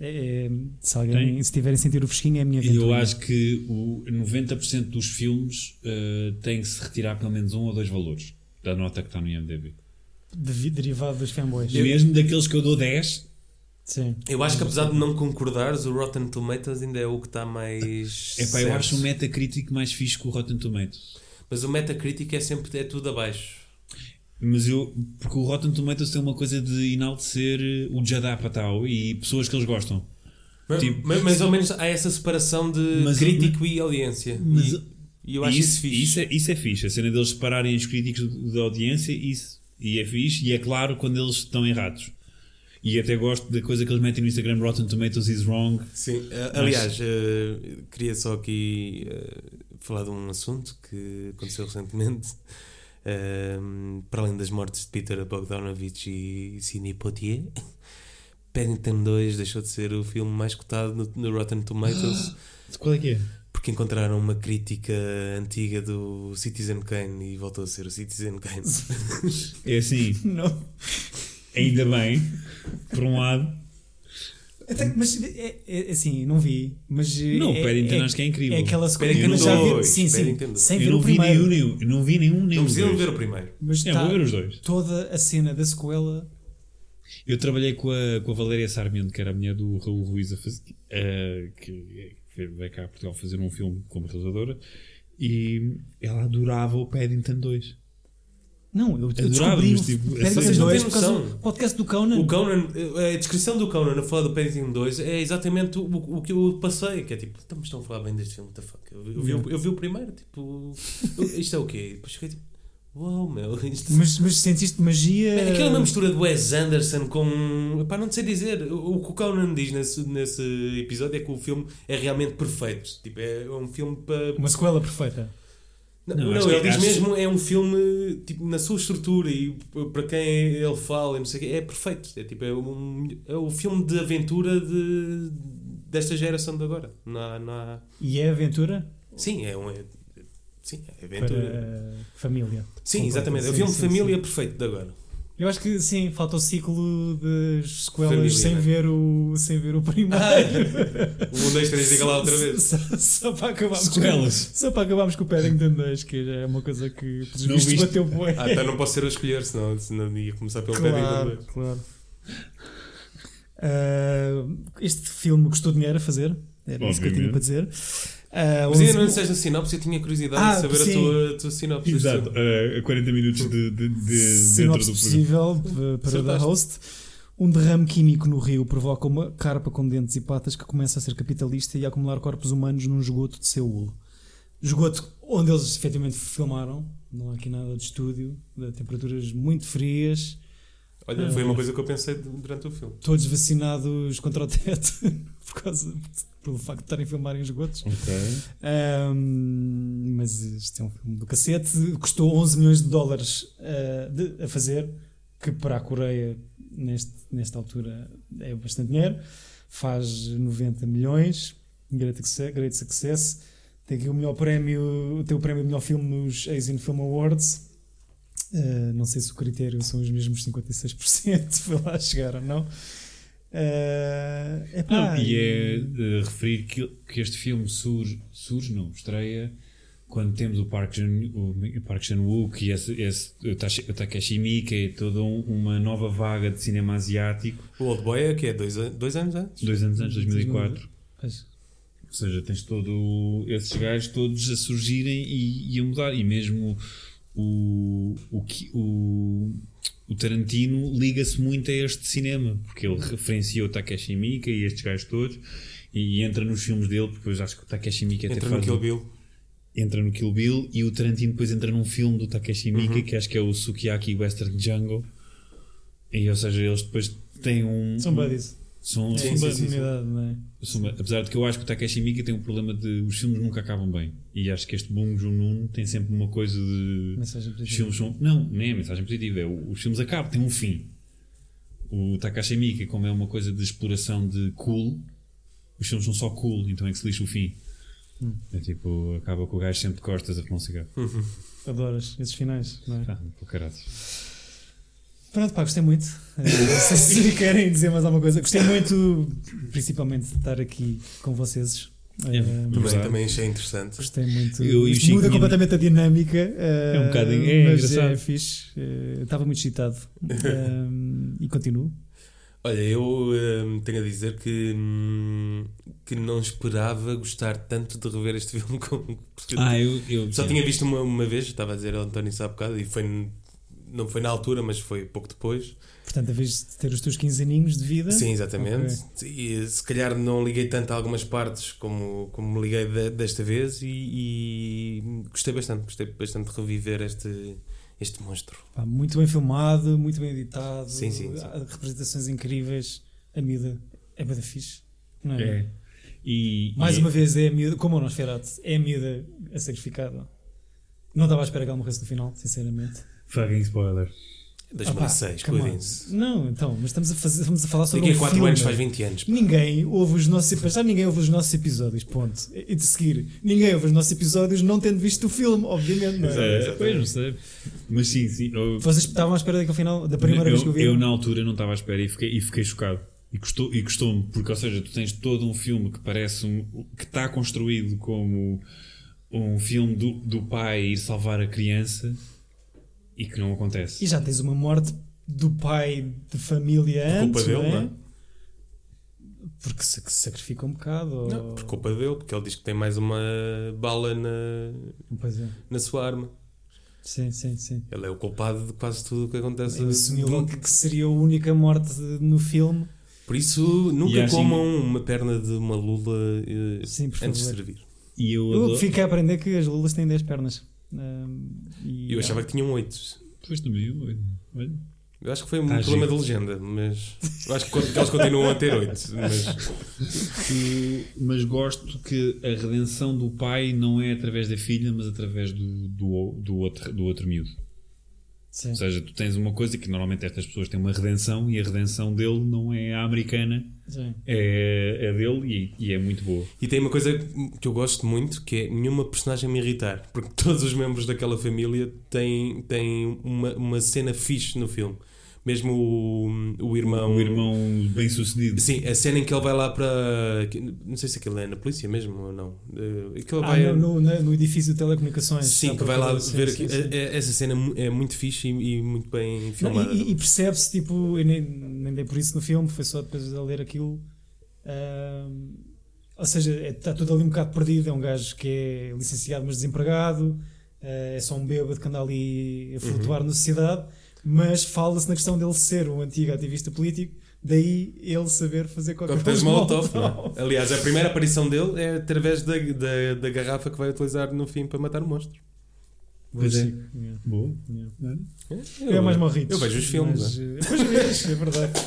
[SPEAKER 4] É, é, se, alguém, se tiverem sentido o fresquinho, é a minha
[SPEAKER 3] E
[SPEAKER 4] aventura.
[SPEAKER 3] eu acho que o 90% dos filmes eh, têm que se retirar pelo menos um ou dois valores da nota que está no IMDB.
[SPEAKER 4] Devi- derivado dos fanboys.
[SPEAKER 3] Mesmo daqueles que eu dou 10,
[SPEAKER 4] Sim.
[SPEAKER 2] Eu acho que apesar de não concordares, o Rotten Tomatoes ainda é o que está mais.
[SPEAKER 3] é pá, eu
[SPEAKER 2] certo.
[SPEAKER 3] acho o Metacritic mais fixe que o Rotten Tomatoes.
[SPEAKER 2] Mas o Metacritic é sempre é tudo abaixo.
[SPEAKER 3] Mas eu, porque o Rotten Tomatoes tem uma coisa de enaltecer o Jadá Patal e pessoas que eles gostam.
[SPEAKER 2] Mas,
[SPEAKER 3] Tipo-
[SPEAKER 2] mas, mas ao menos há essa separação de
[SPEAKER 3] Mas-
[SPEAKER 2] crítico e audiência.
[SPEAKER 3] Mas-
[SPEAKER 2] e, e eu acho
[SPEAKER 3] E
[SPEAKER 2] isso, fixe.
[SPEAKER 3] Isso é, isso é fixe, a cena deles separarem os críticos da audiência, isso. E é fixe, e é claro quando eles estão errados. E até gosto da coisa que eles metem no Instagram: Rotten Tomatoes is wrong.
[SPEAKER 2] Sim, eh, aliás, eh, queria só aqui eh, falar de um assunto que aconteceu recentemente. Ehm, para além das mortes de Peter Bogdanovich e Sidney Poitier, Paddington 2 deixou de ser o filme mais cotado no, no Rotten Tomatoes
[SPEAKER 3] Qual é que é?
[SPEAKER 2] porque encontraram uma crítica antiga do Citizen Kane e voltou a ser o Citizen Kane.
[SPEAKER 3] É assim,
[SPEAKER 1] Não.
[SPEAKER 3] ainda bem, por um lado.
[SPEAKER 1] Até que- mas é, é- assim, não vi. Mas eh,
[SPEAKER 3] Não,
[SPEAKER 1] é,
[SPEAKER 3] o Paddington
[SPEAKER 1] é,
[SPEAKER 3] acho que é incrível.
[SPEAKER 1] É aquela sequência.
[SPEAKER 2] Paddington
[SPEAKER 1] mas já vi.
[SPEAKER 2] dois,
[SPEAKER 1] Sim, sim.
[SPEAKER 2] Paddington dois.
[SPEAKER 1] Sem
[SPEAKER 3] eu
[SPEAKER 1] ver
[SPEAKER 3] não
[SPEAKER 1] o
[SPEAKER 3] vi,
[SPEAKER 1] primeiro.
[SPEAKER 3] nenhum, nenhum, não vi nenhum,
[SPEAKER 2] Não
[SPEAKER 3] nenhum.
[SPEAKER 2] precisam ver o primeiro.
[SPEAKER 1] Mas
[SPEAKER 3] É,
[SPEAKER 1] tá
[SPEAKER 3] vou ver os dois.
[SPEAKER 1] toda a cena da sequela.
[SPEAKER 3] Eu trabalhei com a, com a Valéria Sarmento, que era a mulher do Raul Ruiz, a faz- eh, que que veio cá a Portugal fazer um filme como realizadora, e ela adorava o Paddington 2.
[SPEAKER 1] Não, eu, eu
[SPEAKER 3] Adorava,
[SPEAKER 1] descobri.
[SPEAKER 3] mas, tipo,
[SPEAKER 1] Paddington
[SPEAKER 3] a
[SPEAKER 1] dois
[SPEAKER 2] Vocês
[SPEAKER 3] sério.
[SPEAKER 2] não
[SPEAKER 1] por
[SPEAKER 2] têm
[SPEAKER 1] causa
[SPEAKER 2] noção.
[SPEAKER 1] do podcast do Conan.
[SPEAKER 2] O Conan, a descrição do Conan a falar do Paddington 2 é exatamente o, o que eu passei, que é tipo, estamos estão a falar bem deste filme, what the fuck. Eu, vi- eu vi, o- eu vi o primeiro, tipo, isto é o quê? Depois fiquei tipo, uau meu, isto
[SPEAKER 1] Mas, mas sentiste magia.
[SPEAKER 2] Aquela é uma mistura de Wes Anderson com. Pá, não sei dizer. O o que o Conan diz nesse, nesse episódio é que o filme é realmente perfeito. Tipo, é um filme para.
[SPEAKER 1] Uma sequela perfeita.
[SPEAKER 2] Não,
[SPEAKER 3] Não,
[SPEAKER 2] não,
[SPEAKER 3] acho que-
[SPEAKER 2] ele diz
[SPEAKER 3] acho-
[SPEAKER 2] mesmo, é um filme, tipo, na sua estrutura e p- para quem ele fala, e não sei o quê, é perfeito. É tipo, é, um, é o filme de aventura de, desta geração de agora. Não há- não há-
[SPEAKER 1] E é aventura
[SPEAKER 2] Sim, é um. é- sim, é aventura.
[SPEAKER 1] para família.
[SPEAKER 2] sim, exatamente. É o
[SPEAKER 1] Sim,
[SPEAKER 2] filme
[SPEAKER 1] sim,
[SPEAKER 2] Família
[SPEAKER 1] sim.
[SPEAKER 2] Perfeito de agora.
[SPEAKER 1] Eu acho que sim, falta o ciclo das sequelas
[SPEAKER 2] Família,
[SPEAKER 1] sem,
[SPEAKER 2] né?
[SPEAKER 1] ver o, sem ver o primeiro.
[SPEAKER 2] Ai, um, dois, três, diga lá outra vez.
[SPEAKER 1] Só, só para acabarmos
[SPEAKER 3] Sequelas.
[SPEAKER 1] Com, só para acabarmos com o Paddington 2, que já é uma coisa que, pelos
[SPEAKER 3] Não
[SPEAKER 1] vistos,
[SPEAKER 3] viste?
[SPEAKER 1] bateu bué.
[SPEAKER 2] Ah, então não posso ser eu a escolher, senão, senão ia começar pelo Paddington
[SPEAKER 1] Claro,
[SPEAKER 2] dois.
[SPEAKER 1] claro. Ah, este filme custou dinheiro a fazer, era isso que eu tinha
[SPEAKER 3] Obviamente.
[SPEAKER 1] para dizer. Ah,
[SPEAKER 2] Mas ainda não
[SPEAKER 1] 11
[SPEAKER 2] disseste a sinopse, eu tinha curiosidade
[SPEAKER 1] Ah,
[SPEAKER 2] de saber
[SPEAKER 1] sim.
[SPEAKER 2] a tua, a tua sinopse. deste
[SPEAKER 3] Exato, a 40 minutos de, de, de dentro
[SPEAKER 1] sinopse
[SPEAKER 3] do programa.
[SPEAKER 1] possível eh, para o da
[SPEAKER 2] Acertaste.
[SPEAKER 1] host. Um derrame químico no rio provoca uma carpa com dentes e patas que começa a ser capitalista e a acumular corpos humanos num esgoto de Seul. Esgoto onde eles efetivamente filmaram, não há aqui nada de estúdio, de temperaturas muito frias,
[SPEAKER 2] Olha, foi
[SPEAKER 1] Ah.
[SPEAKER 2] uma coisa que eu pensei durante o filme.
[SPEAKER 1] todos vacinados contra o teto por causa pelo facto de estarem a filmar em esgotos.
[SPEAKER 3] Ok.
[SPEAKER 1] Ahm, mas isto é um filme do cacete. Custou 11 milhões de dólares ah, de- a fazer, que para a Coreia, neste, nesta altura, é bastante dinheiro. Faz 90 milhões. Great success. Great success. Tem aqui o melhor prémio, tem o prémio de melhor filme nos Asian Film Awards. Ah, não sei se o critério são os mesmos 56%, foi lá chegar ou não. Ah, epá,
[SPEAKER 3] Não, e é de referir que, que este filme surge, surge, não, estreia quando temos o Park Chan- o Park Chan-wook e esse, esse, o Tashi- o Takeshi Miike, é toda um- uma nova vaga de cinema asiático,
[SPEAKER 2] O Old Boy é que é dois, an- dois anos antes.
[SPEAKER 3] dois anos antes, 2004.
[SPEAKER 1] Pois.
[SPEAKER 3] Ou seja, tens todo esses gajos todos a surgirem e, e a mudar. E mesmo o, o, que- o, o Tarantino liga-se muito a este cinema, porque ele referencia o Takeshi Miike e estes gajos todos e entra nos filmes dele, porque depois acho que o Takeshi Miike até
[SPEAKER 2] Entra no
[SPEAKER 3] faz
[SPEAKER 2] Kill
[SPEAKER 3] um-
[SPEAKER 2] Bill.
[SPEAKER 3] entra no Kill Bill e o Tarantino depois entra num filme do
[SPEAKER 2] Uhum.
[SPEAKER 3] Takeshi Miike que acho que é o Sukiyaki Western Django. E ou seja, eles depois têm um.
[SPEAKER 1] São buddies.
[SPEAKER 3] São, um
[SPEAKER 1] É
[SPEAKER 3] são
[SPEAKER 2] Sim,
[SPEAKER 1] uma
[SPEAKER 2] sim, sim, sim.
[SPEAKER 1] comunidade, não é?
[SPEAKER 3] Suma, Apesar de que eu acho que o Takeshi Miike tem um problema de os filmes nunca acabam bem. E acho que este Bong Joon-un tem sempre uma coisa de...
[SPEAKER 1] Mensagem
[SPEAKER 3] Os
[SPEAKER 1] positiva.
[SPEAKER 3] filmes são... Não, nem é mensagem positiva. É, o- os filmes acabam, têm um fim. O Takashi Miike, como é uma coisa de exploração de cool, os filmes são só cool, então é que se lixa o fim.
[SPEAKER 1] Hum.
[SPEAKER 3] É tipo, acaba com o gajo sempre de costas a fumar um cigarro.
[SPEAKER 1] Adoras esses finais, não é?
[SPEAKER 3] Ah, pô, caralho.
[SPEAKER 1] Pronto, pá, gostei muito. Eh, Não sei se querem dizer mais alguma coisa. Gostei muito, principalmente, de estar aqui com vocês. Eh,
[SPEAKER 3] É, também.
[SPEAKER 2] Também,
[SPEAKER 3] Verdade.
[SPEAKER 2] também achei interessante.
[SPEAKER 1] Gostei muito.
[SPEAKER 3] Eu e o
[SPEAKER 1] Isto
[SPEAKER 3] Chico
[SPEAKER 1] muda
[SPEAKER 3] tinha-
[SPEAKER 1] completamente a dinâmica. eh,
[SPEAKER 3] É um bocado- é
[SPEAKER 1] mas
[SPEAKER 3] engraçado.
[SPEAKER 1] É fixe. Eh, Estava muito excitado. Eh, e continuo.
[SPEAKER 2] Olha, eu hum, tenho a dizer que, hum, que não esperava gostar tanto de rever este filme. Com, porque
[SPEAKER 3] Ah, eu, eu
[SPEAKER 2] só tinha visto uma, uma vez, estava a dizer ao António isso há bocado, e foi, n- não foi na altura, mas foi pouco depois.
[SPEAKER 1] Portanto, a vez de ter os teus 15 aninhos de
[SPEAKER 3] Ah,
[SPEAKER 1] vida.
[SPEAKER 2] Sim, exatamente. E, eh, se calhar não liguei tanto a algumas partes como, como liguei de- desta vez e, e gostei bastante, gostei bastante de reviver este, este monstro.
[SPEAKER 1] Pá, muito bem filmado, muito bem editado.
[SPEAKER 2] Sim, sim, sim.
[SPEAKER 1] há Representações incríveis. A miúda é bada fixe. Não é?
[SPEAKER 3] É. E,
[SPEAKER 1] Mais
[SPEAKER 3] e-
[SPEAKER 1] uma vez é a miúda, como o Nosferatu, é a miúda a sacrificada. Não estava à espera que ela morresse no final, sinceramente.
[SPEAKER 3] Fucking spoiler.
[SPEAKER 1] Ah
[SPEAKER 2] 2006,
[SPEAKER 1] pá, come on.
[SPEAKER 2] cuidem-se.
[SPEAKER 1] Não, então, mas estamos a, fazer, estamos a falar sobre
[SPEAKER 2] Daqui a
[SPEAKER 1] um
[SPEAKER 2] 4
[SPEAKER 1] filme.
[SPEAKER 2] anos faz 20 anos. É pá.
[SPEAKER 1] Ninguém ouve os nossos episódios. Já ninguém ouve os nossos episódios, ponto. E de seguir, ninguém ouve os nossos episódios não tendo visto o filme, obviamente. Não é?
[SPEAKER 3] É, pois, não sei. Mas sim, sim. Eu,
[SPEAKER 1] Vocês estavam à espera daquele final, da primeira
[SPEAKER 3] eu,
[SPEAKER 1] vez que o
[SPEAKER 3] eu
[SPEAKER 1] viram?
[SPEAKER 3] na altura não estava à espera e fiquei, e fiquei chocado. E custou-me, e custou porque, ou seja, tu tens todo um filme que parece um. que está construído como um filme do, do pai ir salvar a criança e que não acontece.
[SPEAKER 1] E já tens uma morte do pai de família
[SPEAKER 2] Por culpa
[SPEAKER 1] antes,
[SPEAKER 2] dele,
[SPEAKER 1] não é?
[SPEAKER 2] não
[SPEAKER 1] Porque se que se sacrifica um bocado. Ou...
[SPEAKER 2] Não, por culpa dele, porque ele diz que tem mais uma bala na,
[SPEAKER 1] Pois é.
[SPEAKER 2] na sua arma.
[SPEAKER 1] Sim, sim, sim.
[SPEAKER 2] Ele é o culpado de quase tudo o que acontece.
[SPEAKER 1] Eu assumi logo que seria a única morte no filme.
[SPEAKER 2] Por isso, nunca
[SPEAKER 3] acho-
[SPEAKER 2] comam uma perna de uma lula eh,
[SPEAKER 1] Sim, por
[SPEAKER 2] antes de
[SPEAKER 1] favor.
[SPEAKER 2] servir.
[SPEAKER 3] E eu
[SPEAKER 1] Eu
[SPEAKER 3] adoro.
[SPEAKER 1] fiquei a aprender que as lulas têm 10 pernas. Ahm, e
[SPEAKER 2] Eu achava que tinham oito.
[SPEAKER 3] Pois também, olha, olha.
[SPEAKER 2] Eu acho que foi um
[SPEAKER 3] Tá
[SPEAKER 2] problema
[SPEAKER 3] giro.
[SPEAKER 2] de legenda, mas eu acho que con- que eles continuam a ter oito. Mas
[SPEAKER 3] E- mas gosto que a redenção do pai não é através da filha, mas através do, do, do outro, do outro miúdo.
[SPEAKER 1] Sim.
[SPEAKER 3] Ou seja, tu tens uma coisa que normalmente estas pessoas têm uma redenção e a redenção dele não é a americana,
[SPEAKER 1] Sim.
[SPEAKER 3] é, é dele e, e é muito boa.
[SPEAKER 2] E tem uma coisa que eu gosto muito, que é nenhuma personagem me irritar, porque todos os membros daquela família têm, têm uma, uma cena fixe no filme. Mesmo o, o irmão.
[SPEAKER 3] Um irmão bem sucedido.
[SPEAKER 2] Sim, a cena em que ele vai lá para. que- Não sei se aquilo é na polícia mesmo ou não. Eh, Que ele
[SPEAKER 1] Ah,
[SPEAKER 2] vai.
[SPEAKER 1] no, no- no- no edifício de telecomunicações.
[SPEAKER 2] Sim,
[SPEAKER 1] Dá
[SPEAKER 2] que
[SPEAKER 1] para
[SPEAKER 2] vai lá
[SPEAKER 1] fazer-
[SPEAKER 2] ver.
[SPEAKER 1] sim,
[SPEAKER 2] aqui-
[SPEAKER 1] sim, sim.
[SPEAKER 2] é- é- Essa cena é mu- é muito fixe e, e muito bem
[SPEAKER 1] Não,
[SPEAKER 2] filmada.
[SPEAKER 1] e- e e percebe-se, tipo, eu nem, nem dei por isso no filme, foi só depois de ler aquilo. Ahm, ou seja, é- está tudo ali um bocado perdido. É um gajo que é licenciado, mas desempregado. ah, é só um bêbado que anda ali a
[SPEAKER 2] Uhum.
[SPEAKER 1] flutuar na sociedade. Mas fala-se na questão dele ser um antigo ativista político, daí ele saber fazer qualquer
[SPEAKER 2] Coquetéis
[SPEAKER 1] coisa.
[SPEAKER 2] Molotov, não é? Aliás, a primeira aparição dele é através da, da, da garrafa que vai utilizar no fim para matar o monstro.
[SPEAKER 3] Pois é. Boa. um
[SPEAKER 1] Eu, É mais morritos.
[SPEAKER 2] Eu vejo os filmes.
[SPEAKER 1] Mas, eh, Pois vejo, é verdade.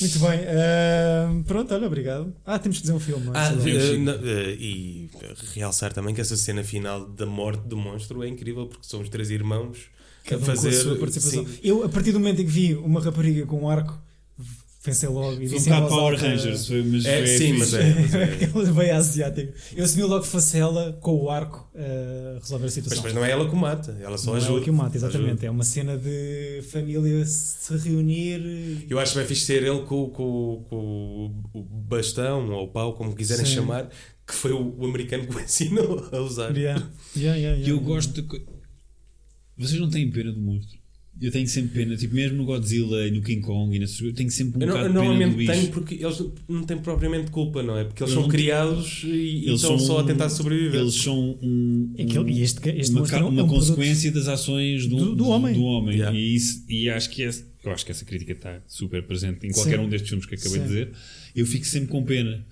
[SPEAKER 1] Muito bem. ah, pronto, olha, obrigado. Ah, temos que dizer um filme. não é?
[SPEAKER 2] Ah,
[SPEAKER 1] Sei lá.
[SPEAKER 2] eh,
[SPEAKER 3] Sim.
[SPEAKER 2] na- eh, e realçar também que essa cena final da morte do monstro é incrível porque são os três irmãos
[SPEAKER 1] Cada um
[SPEAKER 2] a
[SPEAKER 1] com a
[SPEAKER 2] fazer.
[SPEAKER 1] sua participação.
[SPEAKER 2] sim.
[SPEAKER 1] Eu, a partir do momento em que vi uma rapariga com um arco, pensei logo e
[SPEAKER 3] Foi um
[SPEAKER 1] disse em
[SPEAKER 3] bocado
[SPEAKER 1] voz
[SPEAKER 3] Power
[SPEAKER 1] alta-
[SPEAKER 3] Rangers, foi, mas
[SPEAKER 2] É,
[SPEAKER 3] foi
[SPEAKER 2] sim,
[SPEAKER 3] fixe.
[SPEAKER 2] mas é. mas é.
[SPEAKER 1] Ele veio asiático. Eu assumi logo que fosse ela com o arco a resolver a
[SPEAKER 2] Mas,
[SPEAKER 1] situação.
[SPEAKER 2] mas não é ela que o mata, ela só
[SPEAKER 1] Não é
[SPEAKER 2] ajuda.
[SPEAKER 1] ela que o mata,
[SPEAKER 2] só
[SPEAKER 1] exatamente.
[SPEAKER 2] ajuda.
[SPEAKER 1] É uma cena de família se reunir.
[SPEAKER 2] Eu acho que vai fixe ser ele com, com- com o bastão ou o pau, como quiserem
[SPEAKER 1] Sim.
[SPEAKER 2] chamar, que foi o, o americano que o ensinou a usar.
[SPEAKER 1] Yeah. Yeah, yeah, yeah,
[SPEAKER 3] E eu
[SPEAKER 1] yeah.
[SPEAKER 3] gosto de. co- Vocês não têm pena do monstro. Eu tenho sempre pena, tipo, mesmo no Godzilla e no King Kong e nessas coisas, eu tenho sempre um
[SPEAKER 2] Eu, não- eu
[SPEAKER 3] bocado de pena do
[SPEAKER 2] normalmente
[SPEAKER 3] bicho.
[SPEAKER 2] tenho porque eles não têm propriamente culpa, não é? Porque eles são
[SPEAKER 3] Eles não-
[SPEAKER 2] criados e, e
[SPEAKER 3] Eles
[SPEAKER 2] estão
[SPEAKER 3] são- um-
[SPEAKER 2] só a tentar sobreviver.
[SPEAKER 3] Eles são um,
[SPEAKER 1] É que ele- e este- este
[SPEAKER 3] uma,
[SPEAKER 1] monstro
[SPEAKER 3] ca-
[SPEAKER 1] é um-
[SPEAKER 3] uma
[SPEAKER 1] é um produto-
[SPEAKER 3] consequência das ações do,
[SPEAKER 1] do- do homem.
[SPEAKER 2] Yeah.
[SPEAKER 3] E, isso- e acho que essa, eu acho que essa crítica está super presente em qualquer
[SPEAKER 1] Sim.
[SPEAKER 3] um destes filmes que acabei
[SPEAKER 1] Sim.
[SPEAKER 3] de dizer. Eu fico sempre com pena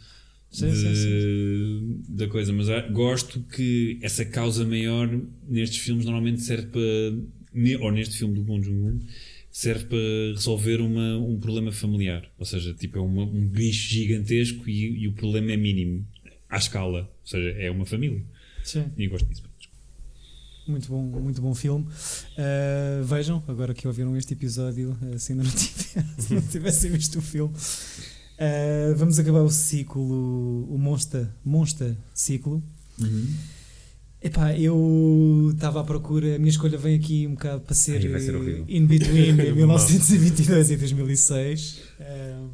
[SPEAKER 1] Sim,
[SPEAKER 3] de-
[SPEAKER 1] sim,
[SPEAKER 3] da coisa, mas ah, gosto que essa causa maior nestes filmes normalmente serve para, ne- ou neste filme do Bong Joon-ho, serve para resolver uma- um problema familiar. Ou seja, tipo é uma- um bicho gigantesco e, e o problema é mínimo à escala. Ou seja, é uma família.
[SPEAKER 1] Sim.
[SPEAKER 3] E eu gosto disso.
[SPEAKER 1] Muito bom, muito bom filme. Uh, vejam, agora que ouviram este episódio, uh, se ainda não, tiver, se não tivessem visto o filme, Uh, vamos acabar o ciclo, o Monsta, Monsta ciclo.
[SPEAKER 3] Uhum.
[SPEAKER 1] Epá, eu estava à procura, a minha escolha vem aqui um bocado para ser
[SPEAKER 3] Ai, vai ser horrível.
[SPEAKER 1] uh, in between
[SPEAKER 2] Mal.
[SPEAKER 1] 1922 e 2006. Um,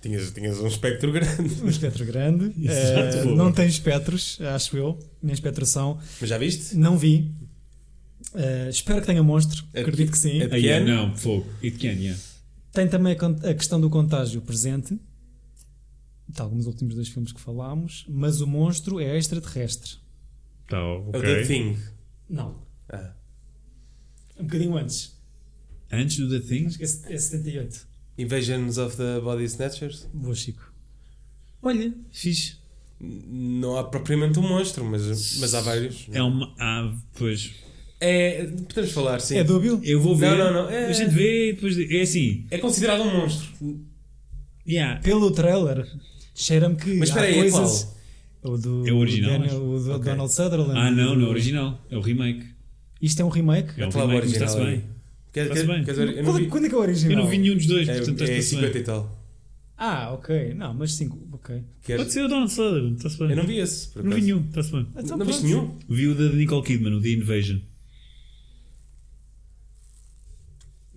[SPEAKER 2] Tinhas, tinhas um espectro grande.
[SPEAKER 1] um espectro grande.
[SPEAKER 3] Exato,
[SPEAKER 1] Uh,
[SPEAKER 3] boa.
[SPEAKER 1] não tem espectros, acho eu, nem espectração.
[SPEAKER 2] Mas já viste?
[SPEAKER 1] Não vi. Uh, espero que tenha monstro,
[SPEAKER 2] É
[SPEAKER 1] acredito
[SPEAKER 2] que-
[SPEAKER 1] que sim.
[SPEAKER 2] é-
[SPEAKER 3] Ah, yeah,
[SPEAKER 2] Can?
[SPEAKER 3] não, fogo. It can, yeah.
[SPEAKER 1] Tem também a con- a questão do contágio presente, tal como nos últimos dois filmes que falámos, mas o monstro é extraterrestre.
[SPEAKER 3] Tá,
[SPEAKER 2] É
[SPEAKER 3] ok.
[SPEAKER 2] o The Thing.
[SPEAKER 1] Não,
[SPEAKER 2] Ah.
[SPEAKER 1] um bocadinho antes.
[SPEAKER 3] Antes do The Thing,
[SPEAKER 1] Acho que é se- é 78.
[SPEAKER 2] Invasions of the Body Snatchers?
[SPEAKER 1] Boa, Chico.
[SPEAKER 3] olha, fixe.
[SPEAKER 2] N- Não há propriamente um monstro, mas, mas há vários.
[SPEAKER 3] É uma. Ah, pois.
[SPEAKER 2] É, podemos falar, sim.
[SPEAKER 1] É dúbio?
[SPEAKER 3] Eu vou ver.
[SPEAKER 2] Não, não, não, é-
[SPEAKER 3] A gente vê e depois. É assim.
[SPEAKER 2] É considerado um monstro.
[SPEAKER 3] Yeah.
[SPEAKER 1] Pelo trailer, cheira-me que
[SPEAKER 2] Mas
[SPEAKER 1] há
[SPEAKER 2] espera aí, é
[SPEAKER 1] coisas...
[SPEAKER 2] qual?
[SPEAKER 1] O do,
[SPEAKER 3] É o original,
[SPEAKER 1] o Daniel- o do
[SPEAKER 2] Ok.
[SPEAKER 1] Donald Sutherland.
[SPEAKER 3] Ah, não, não é
[SPEAKER 1] O-
[SPEAKER 3] original. É o remake.
[SPEAKER 1] Isto é um remake?
[SPEAKER 3] É um
[SPEAKER 2] Aquela
[SPEAKER 3] remake, mas
[SPEAKER 2] original
[SPEAKER 3] está-se
[SPEAKER 2] aí.
[SPEAKER 3] bem.
[SPEAKER 2] Quer,
[SPEAKER 3] Está-se bem.
[SPEAKER 2] quer, quer dizer, eu não
[SPEAKER 1] Quando-
[SPEAKER 2] vi,
[SPEAKER 1] Quando é que é o original?
[SPEAKER 3] Eu não vi nenhum dos dois, portanto
[SPEAKER 2] é, é
[SPEAKER 3] está-se
[SPEAKER 2] 50 e
[SPEAKER 3] bem.
[SPEAKER 2] tal.
[SPEAKER 1] Ah, ok. Não, mas 5. Ok.
[SPEAKER 2] Quer-
[SPEAKER 3] Pode ser o Donald Sutherland, está-se bem.
[SPEAKER 2] eu não vi esse, por
[SPEAKER 3] Não vi
[SPEAKER 2] acaso.
[SPEAKER 3] nenhum, está-se bem.
[SPEAKER 1] Então
[SPEAKER 2] não viste
[SPEAKER 1] pronto.
[SPEAKER 2] nenhum?
[SPEAKER 3] Vi o da Nicole Kidman, o The Invasion.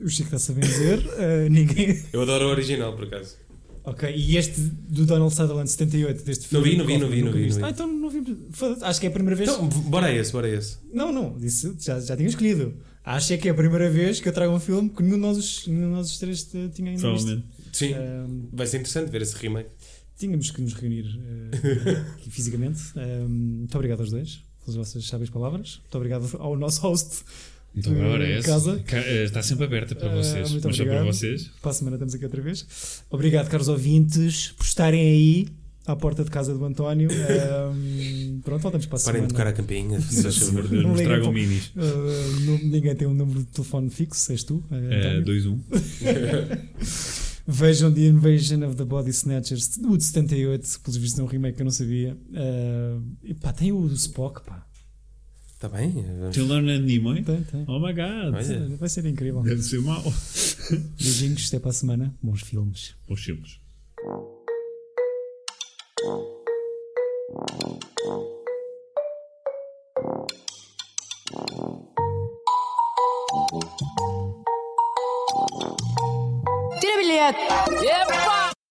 [SPEAKER 1] O Chico está sabendo dizer. eh, ninguém.
[SPEAKER 2] Eu adoro o original, por acaso.
[SPEAKER 1] Ok. E este do Donald Sutherland 78, deste
[SPEAKER 2] Não
[SPEAKER 1] filme.
[SPEAKER 2] vi, não vi,
[SPEAKER 1] Kaufman,
[SPEAKER 2] não vi, não
[SPEAKER 1] nunca
[SPEAKER 2] vi,
[SPEAKER 1] viste.
[SPEAKER 2] não
[SPEAKER 1] Ah,
[SPEAKER 2] vi.
[SPEAKER 1] então não vi. Foda-se, Acho que é a primeira vez.
[SPEAKER 2] Então, bora esse, bora esse.
[SPEAKER 1] Não, não. Disse, já, já tinha escolhido. Acho é que é a primeira vez que eu trago um filme que nenhum de nós, os- nenhum de nós os três eh, tinha ainda visto.
[SPEAKER 3] Provavelmente.
[SPEAKER 2] Sim,
[SPEAKER 1] Ahm,
[SPEAKER 2] vai ser interessante ver esse remake.
[SPEAKER 1] Tínhamos que nos reunir eh, aqui fisicamente. Eh, muito obrigado aos dois pelas vossas sábias palavras. Muito obrigado ao nosso host.
[SPEAKER 3] Então
[SPEAKER 1] Eh,
[SPEAKER 3] agora é essa.
[SPEAKER 1] casa.
[SPEAKER 3] Ca- eh, Está sempre aberta para
[SPEAKER 2] Ah,
[SPEAKER 1] Eh,
[SPEAKER 3] vocês.
[SPEAKER 1] muito
[SPEAKER 3] Mas só para
[SPEAKER 1] obrigado.
[SPEAKER 3] vocês.
[SPEAKER 1] Para a semana estamos aqui outra vez. Obrigado, caros ouvintes, por estarem aí à porta de casa do António. Eh, pronto, voltamos para a
[SPEAKER 2] Parem
[SPEAKER 1] semana.
[SPEAKER 2] de tocar a campainha, se faz
[SPEAKER 3] Por
[SPEAKER 2] favor.
[SPEAKER 3] amor de Deus,
[SPEAKER 1] Não
[SPEAKER 3] nos
[SPEAKER 1] liguem
[SPEAKER 3] tragam
[SPEAKER 1] para-
[SPEAKER 3] minis.
[SPEAKER 1] Eh, não- ninguém tem um número de telefone fixo, és tu. eh,
[SPEAKER 3] Eh,
[SPEAKER 1] António.
[SPEAKER 3] 2-1.
[SPEAKER 1] Vejam The Invasion of the Body Snatchers, o de 78, pelos vistos é um remake que eu não sabia. Eh, e pá, tem o Spock, pá.
[SPEAKER 2] Está Tá bem?
[SPEAKER 3] Tem o Leonard Nimoy?
[SPEAKER 1] Tem, tem.
[SPEAKER 3] Oh my god.
[SPEAKER 2] Olha.
[SPEAKER 1] Vai ser
[SPEAKER 2] é.
[SPEAKER 1] incrível.
[SPEAKER 3] Deve ser mau.
[SPEAKER 1] Beijinhos, até para a semana. Bons filmes.
[SPEAKER 3] Os filmes.
[SPEAKER 5] Tira bilhete! Epa!